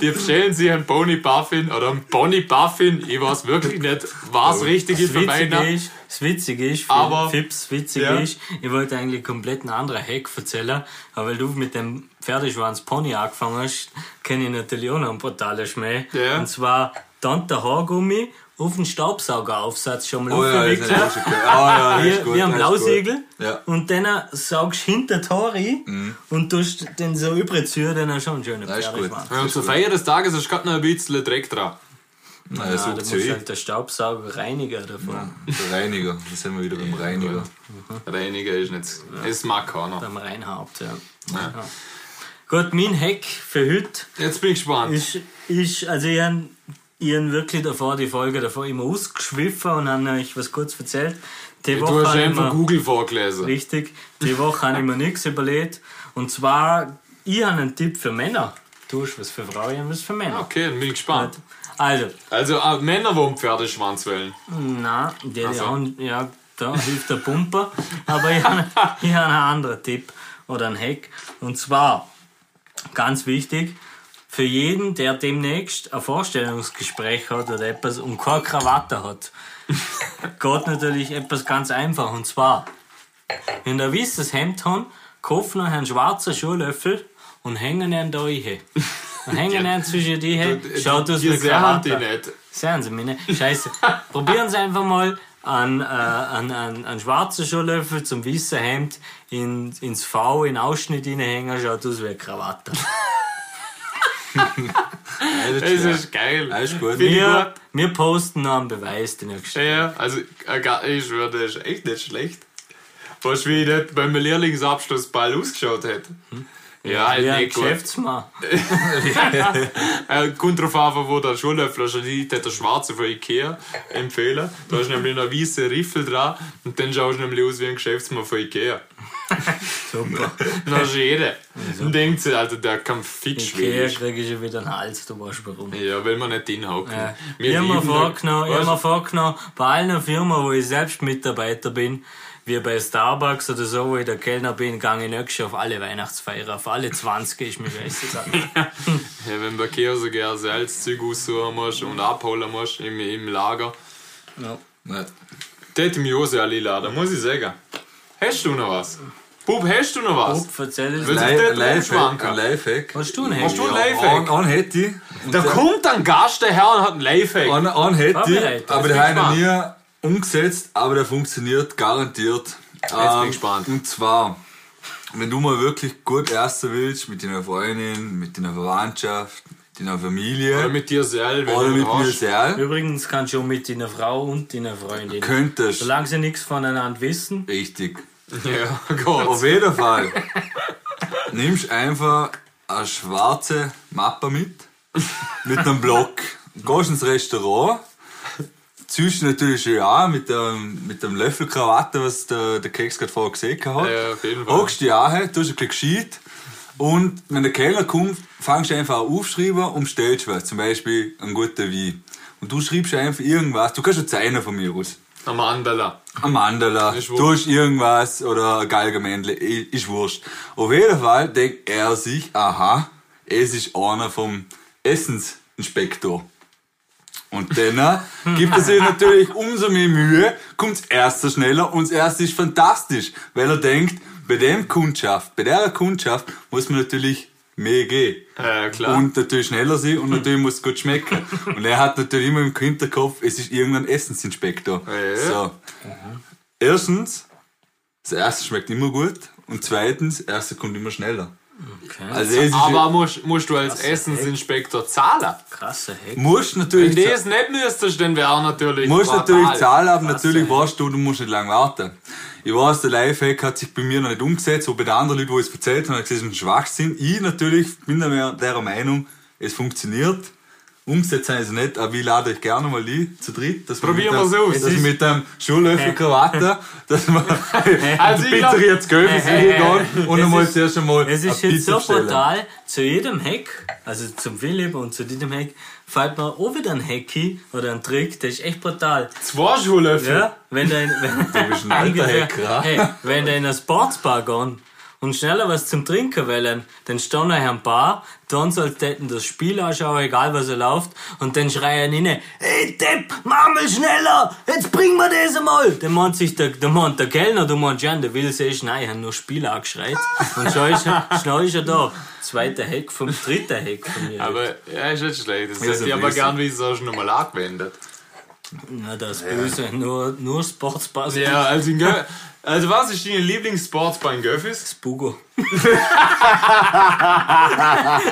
A: die bestellen sich einen Pony Puffin oder einen Pony Puffin. Ich weiß wirklich nicht, was richtig ist
C: Oh, Das
A: für
C: Witzige
A: meinen.
C: ist, das Witzige ist, für
A: Aber-
C: Fips, witzig
A: Ja.
C: ist, ich wollte eigentlich komplett einen anderen Hack erzählen, aber weil du mit dem Pferdeschwanz Pony angefangen hast, kenne ich natürlich auch noch einen brutalen Schmäh.
A: Ja.
C: Und zwar, dann der Haargummi auf den Staubsaugeraufsatz schon mal
B: Oh ja, das ist
C: aufgewickelt.
B: auch schon gut. Oh ja, das ist
C: Wir,
B: gut.
C: wir haben
B: das ist gut.
C: Blausiegel
B: Ja.
C: und dann saugst hinter Tori und tust den so überziehen, dann hast du schon einen schönen
B: Das ist gut.
C: Pferdeschwanz.
A: Ja, und zur Feier des Tages ist gerade noch ein bisschen Dreck dran.
B: Nein, das
C: Ja, da
B: ist
C: muss
B: Ah, so
C: halt der Staubsauger Reiniger davon.
B: Der Reiniger. Da sind wir wieder beim Reiniger.
A: Reiniger ist nicht. Es mag keiner.
C: Beim Reinhaupt, ja. ja. Gut, mein Hack für heute
A: Jetzt bin ich gespannt.
C: ist, ist also ich habe hab wirklich davor die Folge davor immer ausgeschwiffen und habe euch was kurz erzählt. Die
A: Du hast
C: habe ich
A: eben von
C: mir-
A: Google vorgelesen.
C: Richtig, die Woche habe ich mir nichts überlegt. Und zwar, ich habe einen Tipp für Männer. Du hast was für Frauen, ich habe was für Männer.
A: Okay, dann bin ich gespannt.
C: Also,
A: Also äh, Männer, die einen Pferdeschwanz wollen.
C: Nein, der
A: so.
C: Hand, ja, da hilft der Pumper. Aber ich habe hab einen anderen Tipp oder einen Hack. Und zwar, ganz wichtig, für jeden, der demnächst ein Vorstellungsgespräch hat oder etwas und keine Krawatte hat, geht natürlich etwas ganz einfach. Und zwar, wenn ihr wisst, das Hemd haben, kauft noch einen schwarzen Schuhlöffel und hängen ihn da rein. Und hängen ihn zwischen die hin, schaut aus
A: Ihr
C: wie
A: sehr hat äh, die
C: Krawatte.
A: nicht.
C: Sehen Sie mich nicht. Scheiße. Probieren Sie einfach mal einen, äh, einen, einen, einen schwarzen Schuhlöffel zum weißen Hemd in, ins V, in Ausschnitt hineinhängen, schaut aus wie eine Krawatte.
B: Nein, das
A: Das
B: ist
A: ist
B: schwer.
A: geil.
B: Nein, ist gut.
A: Bin ich
C: Wir,
A: gut?
C: wir posten noch einen Beweis den nächsten.
A: Ja, ja, also äh, gar- ich schwöre, das ist echt nicht schlecht. Weißt du, wie ich nicht beim Lehrlingsabschlussball ausgeschaut hätte?
B: Hm?
A: Ja, halt
C: Ja,
A: nicht gut.
C: Geschäftsmann.
A: Äh, kommt drauf an, wo der Schuhlöffel ist. Also Ich hätte den schwarzen von Ikea empfehlen. Da ist nämlich noch ein weißer Riffel dran und dann schaust du nämlich aus wie ein Geschäftsmann von Ikea.
C: Super.
A: Das ist jeder. Dann denkt sie, also der kann fix
C: Ikea
A: schwedisch.
C: kriege ich schon wieder einen Hals, du weißt warum.
A: Ja, will man nicht hinhaken.
C: Ja.
A: Wir
C: Ich habe mir
A: lieben-
C: vorgenommen, ich hab
A: Weißt
C: mir vorgenommen, bei allen Firmen, wo ich selbst Mitarbeiter bin, wie bei Starbucks oder so, wo ich der Kellner bin, gehe ich nicht schon auf alle Weihnachtsfeiern, auf alle 20 ist mir scheißegal.
A: Ja, wenn bei Ikea sogar Salzzeug aussuchen musst und abholen musst im, im Lager,
B: Nein.
A: das hätte mich auch sehr einladen, muss ich sagen. Hast du noch was? Bub, hast du noch was?
C: Kopf erzählen.
A: Willst
B: Live-
A: ist der
B: Lifehack.
A: Drehschwanker.
B: Ein Lifehack.
C: Hast du ein
A: Hast
C: Handy?
A: du einen
B: An,
A: Lifehack?
B: an hätte ich. Und
A: Da
B: der-
A: kommt ein Gast daher und hat einen Lifehack.
B: An, an hätte
C: Vorbereitet.
B: ich, aber
A: Jetzt bin
B: den
A: ich
B: habe ich noch nie umgesetzt, aber der funktioniert garantiert. Jetzt
A: bin ich gespannt.
B: Und zwar, wenn du mal wirklich gut erster willst, mit deiner Freundin, mit deiner Verwandtschaft, mit deiner
A: Oder
B: Familie
A: mit dir selber.
B: oder
A: wenn
B: mit
A: du
B: mir
A: hast.
B: selbst,
C: Übrigens kannst du mit deiner Frau und deiner Freundin.
B: könntest.
C: Solange sie nichts voneinander wissen.
B: Richtig.
A: Ja, Gott.
B: Auf jeden Fall. Nimmst einfach eine schwarze Mappe mit, mit einem Block. Gehst ins Restaurant, ziehst natürlich schon an mit dem, mit dem Löffel Krawatte, was der, der Keks gerade vorher gesehen hat.
A: Ja, auf jeden Fall.
B: Hockst dich an, tust ein bisschen gescheit Und wenn der Kellner kommt, fangst du einfach an aufschreiben und bestellst was. Zum Beispiel einen guten Wein. Und du schreibst einfach irgendwas. Du kannst schon zeichnen von mir aus.
A: Am Mandala.
B: Ein Mandala,
A: Ist wurscht.
B: du hast irgendwas oder ein Galgenmändle, i- ist wurscht. Auf jeden Fall denkt er sich, aha, es ist einer vom Essensinspektor. Und dann äh,
A: Hm.
B: gibt es ihm natürlich umso mehr Mühe, kommt das erste schneller und das erste ist fantastisch, weil er denkt, bei dem Kundschaft, bei der Kundschaft muss man natürlich mehr gehen.
A: Ja, klar.
B: Und natürlich schneller sein und natürlich muss es gut schmecken. Und er hat natürlich immer im Hinterkopf, es ist irgendein Essensinspektor.
A: Ah, Ja.
B: So. Erstens, das erste schmeckt immer gut und zweitens, das erste kommt immer schneller. Also es ist
A: Aber musst, musst du als Essensinspektor zahlen.
C: Krasser Hack.
B: musst
A: Wenn
B: natürlich
A: du das nicht müsstest, dann wäre auch natürlich.
B: musst
A: fatal.
B: natürlich zahlen, aber natürlich weißt du, du musst nicht lange warten. Ich weiß, der Lifehack hat sich bei mir noch nicht umgesetzt, aber bei den anderen Leuten, die es erzählt haben, haben gesehen, es ist ein Schwachsinn. Ich natürlich bin der der Meinung, es funktioniert. Umgesetzt haben sie es nicht, aber ich lade euch gerne mal ein, zu dritt. dass wir
A: Probieren
B: mit dem-
A: wir's aus.
B: Dass
A: Es
B: wir
A: ist-
B: mit dem Schuhlöffel Krawatte, dass wir also
A: Also ich glaub-
B: bitte jetzt Göbels gehen und
C: Es
B: einmal
C: ist-
B: zuerst einmal
C: Es ist
B: eine
C: jetzt
B: Pizza
C: so
B: bestellen.
C: brutal, zu jedem Hack, also zum Philipp und zu diesem Hack, fällt mir auch wieder ein Hacky oder ein Trick, der ist echt brutal.
A: Zwei Schuhlöffel.
C: Ja, wenn du in, wenn,
B: bist ein alter
C: Ungefähr.
B: Hacker.
C: hey, wenn du in eine Sportsbar gehst und schneller was zum Trinken wollen, dann stehen nachher am Bar, dann sollst du das Spiel anschauen, egal was er läuft, und dann schreien inne, hey Depp, mach mal schneller, jetzt bring mir das einmal. Dann meint sich der, der, meint der Kellner, du meinst, Jan, der will sich, nein, ich habe nur Spiel angeschreit. Und schon ist er, schon ist er da. Zweiter Hack vom dritten Hack von mir.
A: Aber ja, ist nicht schlecht. Das
B: Ja,
A: hätte
B: so
A: ich aber
B: wissen.
A: gern, wie es auch schon nochmal angewendet.
C: Na, das Böse, nur, nur Sportsbar,
A: Ja, also in Gö Also was ist deine Lieblingssportsbar in Göffis?
C: Bugo.
A: Ja,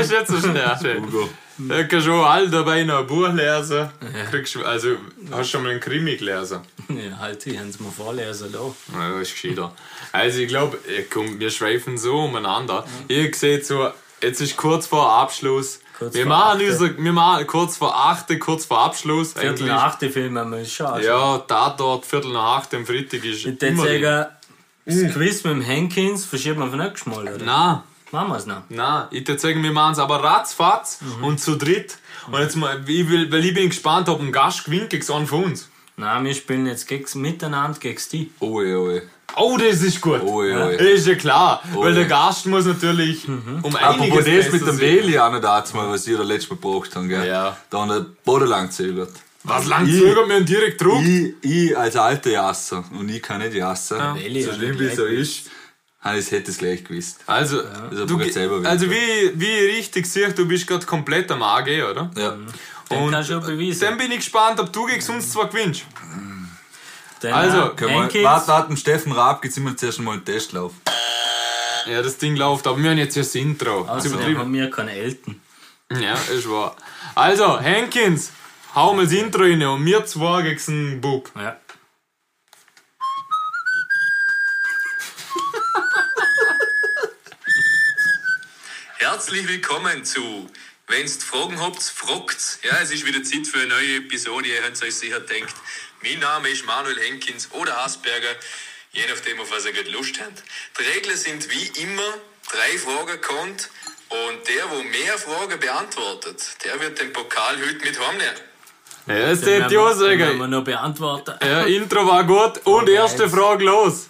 A: ist nicht so schnell.
B: Hugo.
A: Da kannst du auch all dabei noch ein Buch lesen. Kriegst, du- also hast du schon mal einen Krimi gelesen.
C: Ja, halt, ich hab's mir vorlesen lassen.
A: Ja, das ist gescheiter. Also ich glaube, komm, wir schweifen so umeinander.
C: Mhm.
A: Ihr seht so, jetzt ist kurz vor Abschluss.
C: Kurz
A: wir,
C: vor
A: machen
C: achte.
A: unser, wir machen kurz vor 8, kurz vor Abschluss.
C: Viertel
A: Eigentlich.
C: nach acht, die Filme haben wir schon.
A: Ja, Tatort, Viertel nach 8 am Freitag ist
C: Ich würde
A: immer... Mm.
C: sagen, das Quiz mit dem Hankins verschiebt man von nächstes Mal, oder?
A: Nein,
C: Machen wir es noch.
A: nein. Ich würde sagen, wir machen es aber ratzfatz
C: Mhm.
A: und zu dritt. Und jetzt mal, ich will, weil ich bin gespannt, ob ein Gast gewinnt gegen so einen von uns.
C: Nein, wir spielen jetzt gegens, miteinander gegen die.
B: Oje, oje.
A: Oh, das ist gut.
B: Oje, oje.
A: Das ist ja klar, weil
B: ja.
A: der Gast muss natürlich
C: Mhm.
A: um
B: Apropos
A: einiges
B: das mit
A: besser
B: dem
A: sein.
B: Deli auch nicht dazu mal, was ihr da letztes Mal gebraucht habt, gell?
A: Ja.
B: Da haben wir Boden lang zögert.
A: Was lang
B: Ich-
A: zögert mir direkt Druck?
B: Ich, ich als alter Jasser, und ich kann nicht Jasser,
C: Deli
B: so
C: hat
B: schlimm
C: nicht
B: wie es so
C: gleich
B: ist, habe ich es hätte es gleich gewusst.
A: Also,
B: Also,
A: du,
B: man
A: ge-
B: kann selber
A: also wie, wie ich richtig sehe, du bist gerade komplett am AG, oder?
B: Ja.
C: Den
A: Und
C: kannst du ja beweisen.
A: Dann bin ich gespannt, ob du gegen uns zwar gewinnst.
C: Den
A: also,
C: äh,
B: Können wir,
C: Hankins.
B: warte, warte, dem Steffen Raab gibt es immer zuerst mal einen Testlauf.
A: Ja, das Ding läuft, aber wir haben jetzt ja das Intro. Das ist
C: Außerdem
A: übertrieben.
C: Also, haben wir keine Eltern.
A: Ja, ist wahr. Also, Hankins, hau mal das Intro rein und wir zwei gegen den Bub.
C: Ja.
E: Herzlich willkommen zu Wenn's Fragen habt, fragt's. Ja, es ist wieder Zeit für eine neue Episode, ihr habt euch sicher denkt. Mein Name ist Manuel Henkins oder Hasberger, je nachdem, auf was ihr gerade Lust habt. Die Regeln sind wie immer, drei Fragen kommt und der, wo mehr Fragen beantwortet, der wird den Pokal heute mit heimnehmen.
A: Ja, das
C: Den
A: hätte ich auch
C: werden wir- den werden
A: sagen.
C: wir noch beantworten.
A: Ja, Intro war gut und erste Frage los.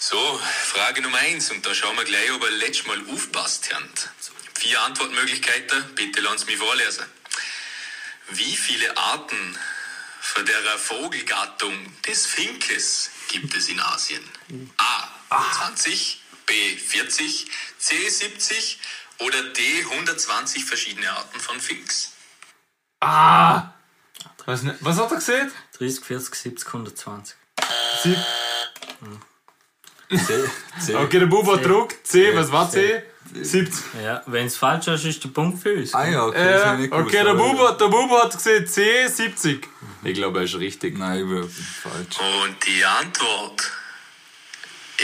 E: So, Frage Nummer eins und da schauen wir gleich, ob ihr letztes Mal aufpasst habt. Vier Antwortmöglichkeiten, bitte lasst mich vorlesen. Wie viele Arten von der Vogelgattung des Finkes gibt es in Asien? A. 20, B. 40, C. 70 oder D. 120 verschiedene Arten von Finks?
A: Ah! Was, ne- was hat er gesehen?
C: 30, 40, 70, 120.
A: Sie,
B: C, C.
A: okay, der Bub hat Druck. C, was war C? 70.
C: Ja, wenn es falsch ist, ist der Punkt für uns.
B: Ah ja, okay, das hab ich
A: Äh,
B: nicht gewusst,
A: okay, der
B: aber-
A: Bubo, der Bubo hat gesehen C70. Ich glaube, er ist richtig.
B: Nein, überhaupt nicht falsch.
E: Und die Antwort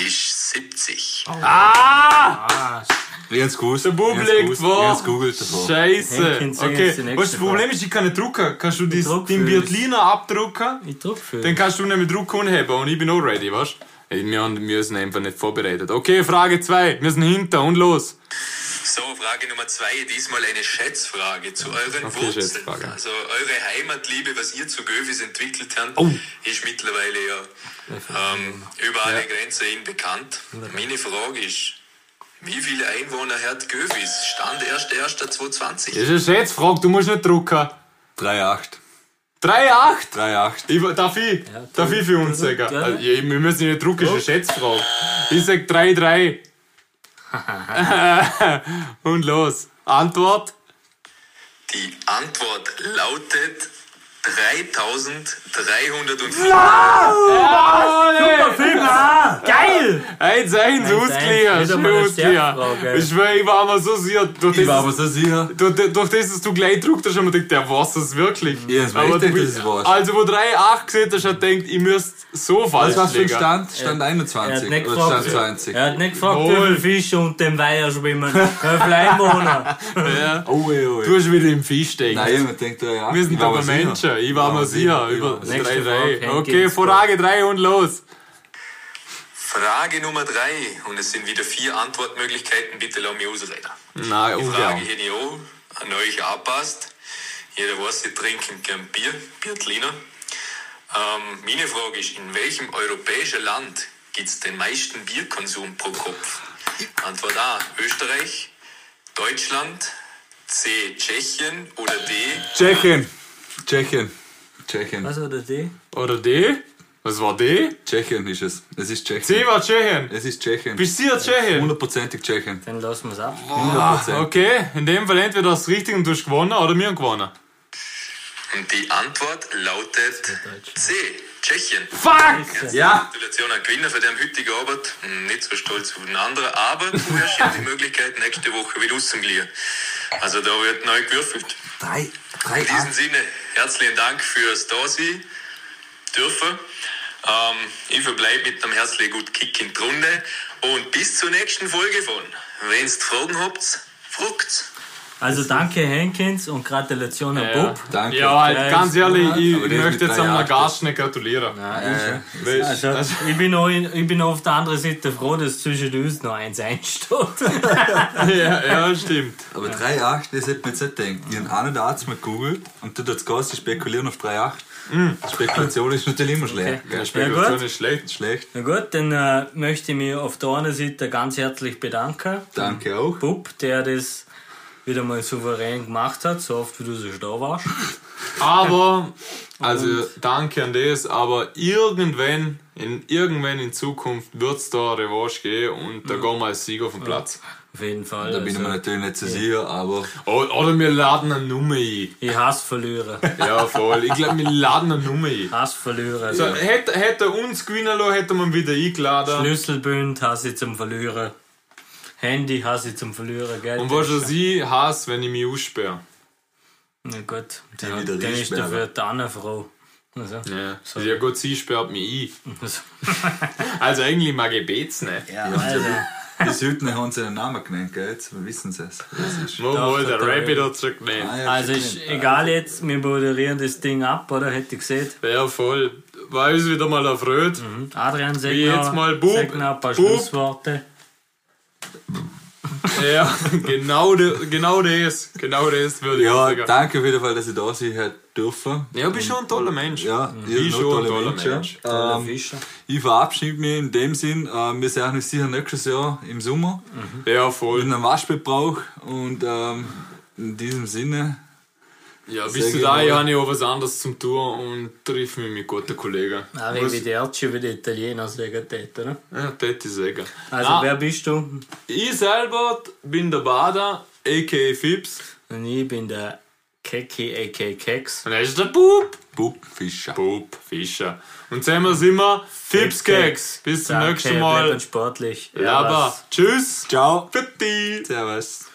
E: ist 70.
A: Ah!
B: Ich hab's gewusst.
A: Der Bub
B: ich hab's
A: legt
B: gewusst, Ich hab's
A: vor.
B: googelt davor.
A: Scheiße.
C: Henkins, sing
A: Okay,
C: jetzt die nächste
A: weißt, du, das Problem ist, ich kann nicht drucken. Kannst du dies,
C: druck
A: den
C: für uns.
A: Biathliner abdrucken?
C: Ich druck für
A: Dann
C: ihn.
A: kannst du nämlich Druck anheben und ich bin auch ready, weißt du? Wir, haben, wir sind einfach nicht vorbereitet. Okay, Frage 2. Wir sind hinter und los.
E: So, Frage Nummer zwei, diesmal eine Schätzfrage zu euren
A: Okay,
E: Wurzeln.
A: Schätzfrage.
E: Also eure Heimatliebe, was ihr zu Gövis entwickelt habt,
A: Oh.
E: ist mittlerweile ja ähm, über alle Grenzen hin bekannt. Meine Frage ist, wie viele Einwohner hat Gövis? Stand 1.1.2020.
A: Das ist eine Schätzfrage, du musst nicht drucken.
B: 3,8.
A: 3,8.
B: 3,8.
A: Ich, darf ich? darf ich für uns sagen?
C: ja.
A: Also, ich- wir müssen nicht drucken, ist eine Schätzfrage. Ich sag 3,3. und los. Antwort?
E: Die Antwort lautet 3305.
A: Alle!
C: Film, ah, geil!
A: 1-1, ausgleichen.
C: wieder mal eine
A: Ausgleichen.
C: Schätzfrage.
A: Ich schwör, ich war aber so sicher. Durch
B: Ich war
A: das,
B: aber so sicher.
A: durch, durch das, dass du gleich gedruckt hast, haben wir gedacht, der weiß es wirklich.
B: Ja, das weiß ich
A: du
B: nicht,
A: bist-
B: dass es weiß.
A: Also, wo 3,8 gesehen hast, hat er gedacht, ich müsste so falsch
B: Was war's für ein
A: liegen.
B: Stand?
C: Er
B: Stand
C: hat
B: 21
C: nicht
B: oder Stand
C: gefragt,
B: 20?
C: er hat nicht gefragt wie
A: Jawohl.
C: viele Fische unter dem Weiher schwimmen. Wie viele Einwohner?
B: Oh, ey, oh,
A: Du hast wieder im Fisch denkt.
B: Nein, man denkt, ja,
A: Wir sind aber Menschen. Ich war mir sicher. Über
C: Nächste
A: 3-3.
C: Frage,
A: Okay,
C: Henke.
A: Frage 3 und los.
E: Frage Nummer drei und es sind wieder vier Antwortmöglichkeiten, bitte lass mich ausreden.
A: Nein,
E: Die
A: ungern.
E: Frage hätte ich auch an euch angepasst. Jeder weiß, sie trinken gern Bier, Biertliner. Ähm, meine Frage ist, in welchem europäischen Land gibt es den meisten Bierkonsum pro Kopf? Antwort A, Österreich, Deutschland, C, Tschechien oder D,
B: Tschechien. Tschechien. Tschechien.
C: Was war das? die?
A: Oder D? Was war D?
B: Tschechien ist es. Es ist Tschechien.
A: C war Tschechien.
B: Es ist Tschechien.
A: Bist du ja Tschechien?
B: Hundertprozentig Tschechien.
C: Dann lassen wir es ab.
B: Hundertprozentig.
A: Okay, in dem Fall entweder hast du richtig und du hast gewonnen oder wir haben gewonnen.
E: Und die Antwort lautet C. Tschechien.
A: Fuck!
B: Ja.
E: Gratulation an Gewinner für den heutigen Arbeit. Hm, Nicht so stolz auf den anderen, aber du hast ja die Möglichkeit, nächste Woche wieder auszugleichen. Also da wird neu gewürfelt.
B: Drei, drei,
E: In diesem Sinne, herzlichen Dank fürs Dasein dürfen. Ähm, ich verbleibe mit einem herzlichen gut Kick in die Runde und bis zur nächsten Folge von Wenn Fragen habt, fragt's.
C: Also danke Henkins und Gratulation an Bub.
B: Danke.
A: Ja, halt,
C: Ja,
A: ganz
C: ist
A: ehrlich, ich
B: Aber das mit
A: möchte jetzt
B: drei
A: am
B: Acht
A: Gast nicht gratulieren.
B: Äh,
A: Weißt
C: Also,
A: du?
C: ich, bin auch in, ich bin auf der anderen Seite froh, dass zwischen uns noch eins einsteht.
A: Ja, ja, stimmt.
B: aber 3,8, das hätte man jetzt nicht gedacht. Ich habe einen Arzt mal gegoogelt und dort hat es geheißen, spekulieren auf 3,8.
A: Mhm.
B: Spekulation ist natürlich immer schlecht. gell?
A: Spekulation ist schlecht.
B: Schlecht.
C: Na gut, dann äh, möchte ich mich auf der einen Seite ganz herzlich bedanken.
A: Mhm.
B: Danke auch.
C: Bub, der das wieder mal souverän gemacht hat, so oft wie du so da warst.
A: Aber, also danke an das, aber irgendwann, in, irgendwann in Zukunft wird es da eine Revanche geben und da gehen wir als Sieger auf den Platz.
C: Auf jeden Fall.
B: Da bin ich mir
C: also,
B: natürlich nicht so sicher, aber
A: O- Oder wir laden eine Nummer ein.
C: ich hasse Verlierer.
A: Ja, voll. Ich glaube, wir laden eine Nummer ein.
C: Hass Verlierer. Also,
A: So, hätte, hätte er uns gewinnen lassen, hätte man wieder eingeladen.
C: Schlüsselbund hasse ich zum Verlierer. Handy hasse ich zum Verlierer, gell?
A: Und was er sie hasst, wenn ich mich aussperre.
C: Na gut,
B: Die
C: dann,
B: wieder
C: dann ist
B: einsperren.
C: dafür die andere Frau. Also,
A: Ja. ja gut, sie sperrt mich ein. Also eigentlich mag ich Beats nicht.
C: ja, also,
B: die Südner haben seinen Namen genannt, gell? Jetzt wissen sie es. Das ist-
A: Wo wohl der
C: der
A: Rabbit hat zurückgenommen.
C: also ist egal jetzt, wir moderieren das Ding ab, oder? Hätte ich gesehen.
A: Ja, voll. War uns wieder mal erfreut.
C: Adrian sagt
A: Wie
C: noch,
A: jetzt mal, Bub,
C: sagt noch ein paar
A: Bub.
C: Schlussworte.
A: Ja, genau, de, genau das. Genau das würde ich
B: Ja,
A: sagen.
B: danke auf jeden Fall, dass ich da sein hätte dürfen.
A: Ja, bist schon ein toller Mensch.
B: Ja,
A: Ich
B: ihr seid
A: Mhm. schon ein
B: tolle
A: toller
B: Menschen.
A: Mensch.
C: Der
B: Ähm,
C: Fischer.
B: ich verabschiede mich in dem Sinn. Ähm, wir sehen uns sicher nächstes Jahr im Sommer
A: Mhm. Ja,
B: mit
A: voll.
B: einem Waschbebrauch. Und ähm, in diesem Sinne,
A: Ja, bis
B: Sehr
A: dahin
B: genau.
A: habe ich auch was anderes zum tun und treffe mich mit guten Kollegen.
C: Arrivederci, wie die Italiener sagen dort, oder?
A: Ja, das hätte ich sagen.
C: Also,
A: Ah.
C: wer bist du?
A: Ich selber bin der Bader, a.k.a. Fips.
C: Und ich bin der Keki, a.k. Keks.
A: Und er ist der Bub.
B: Bub Fischer.
A: Bub, Fischer. Und zusammen sind wir Fipskeks. Bis zum
C: Danke,
A: nächsten
C: bleibt
A: Mal.
C: sportlich.
A: Laber. Tschüss.
B: Ciao.
A: Für dich.
B: Servus.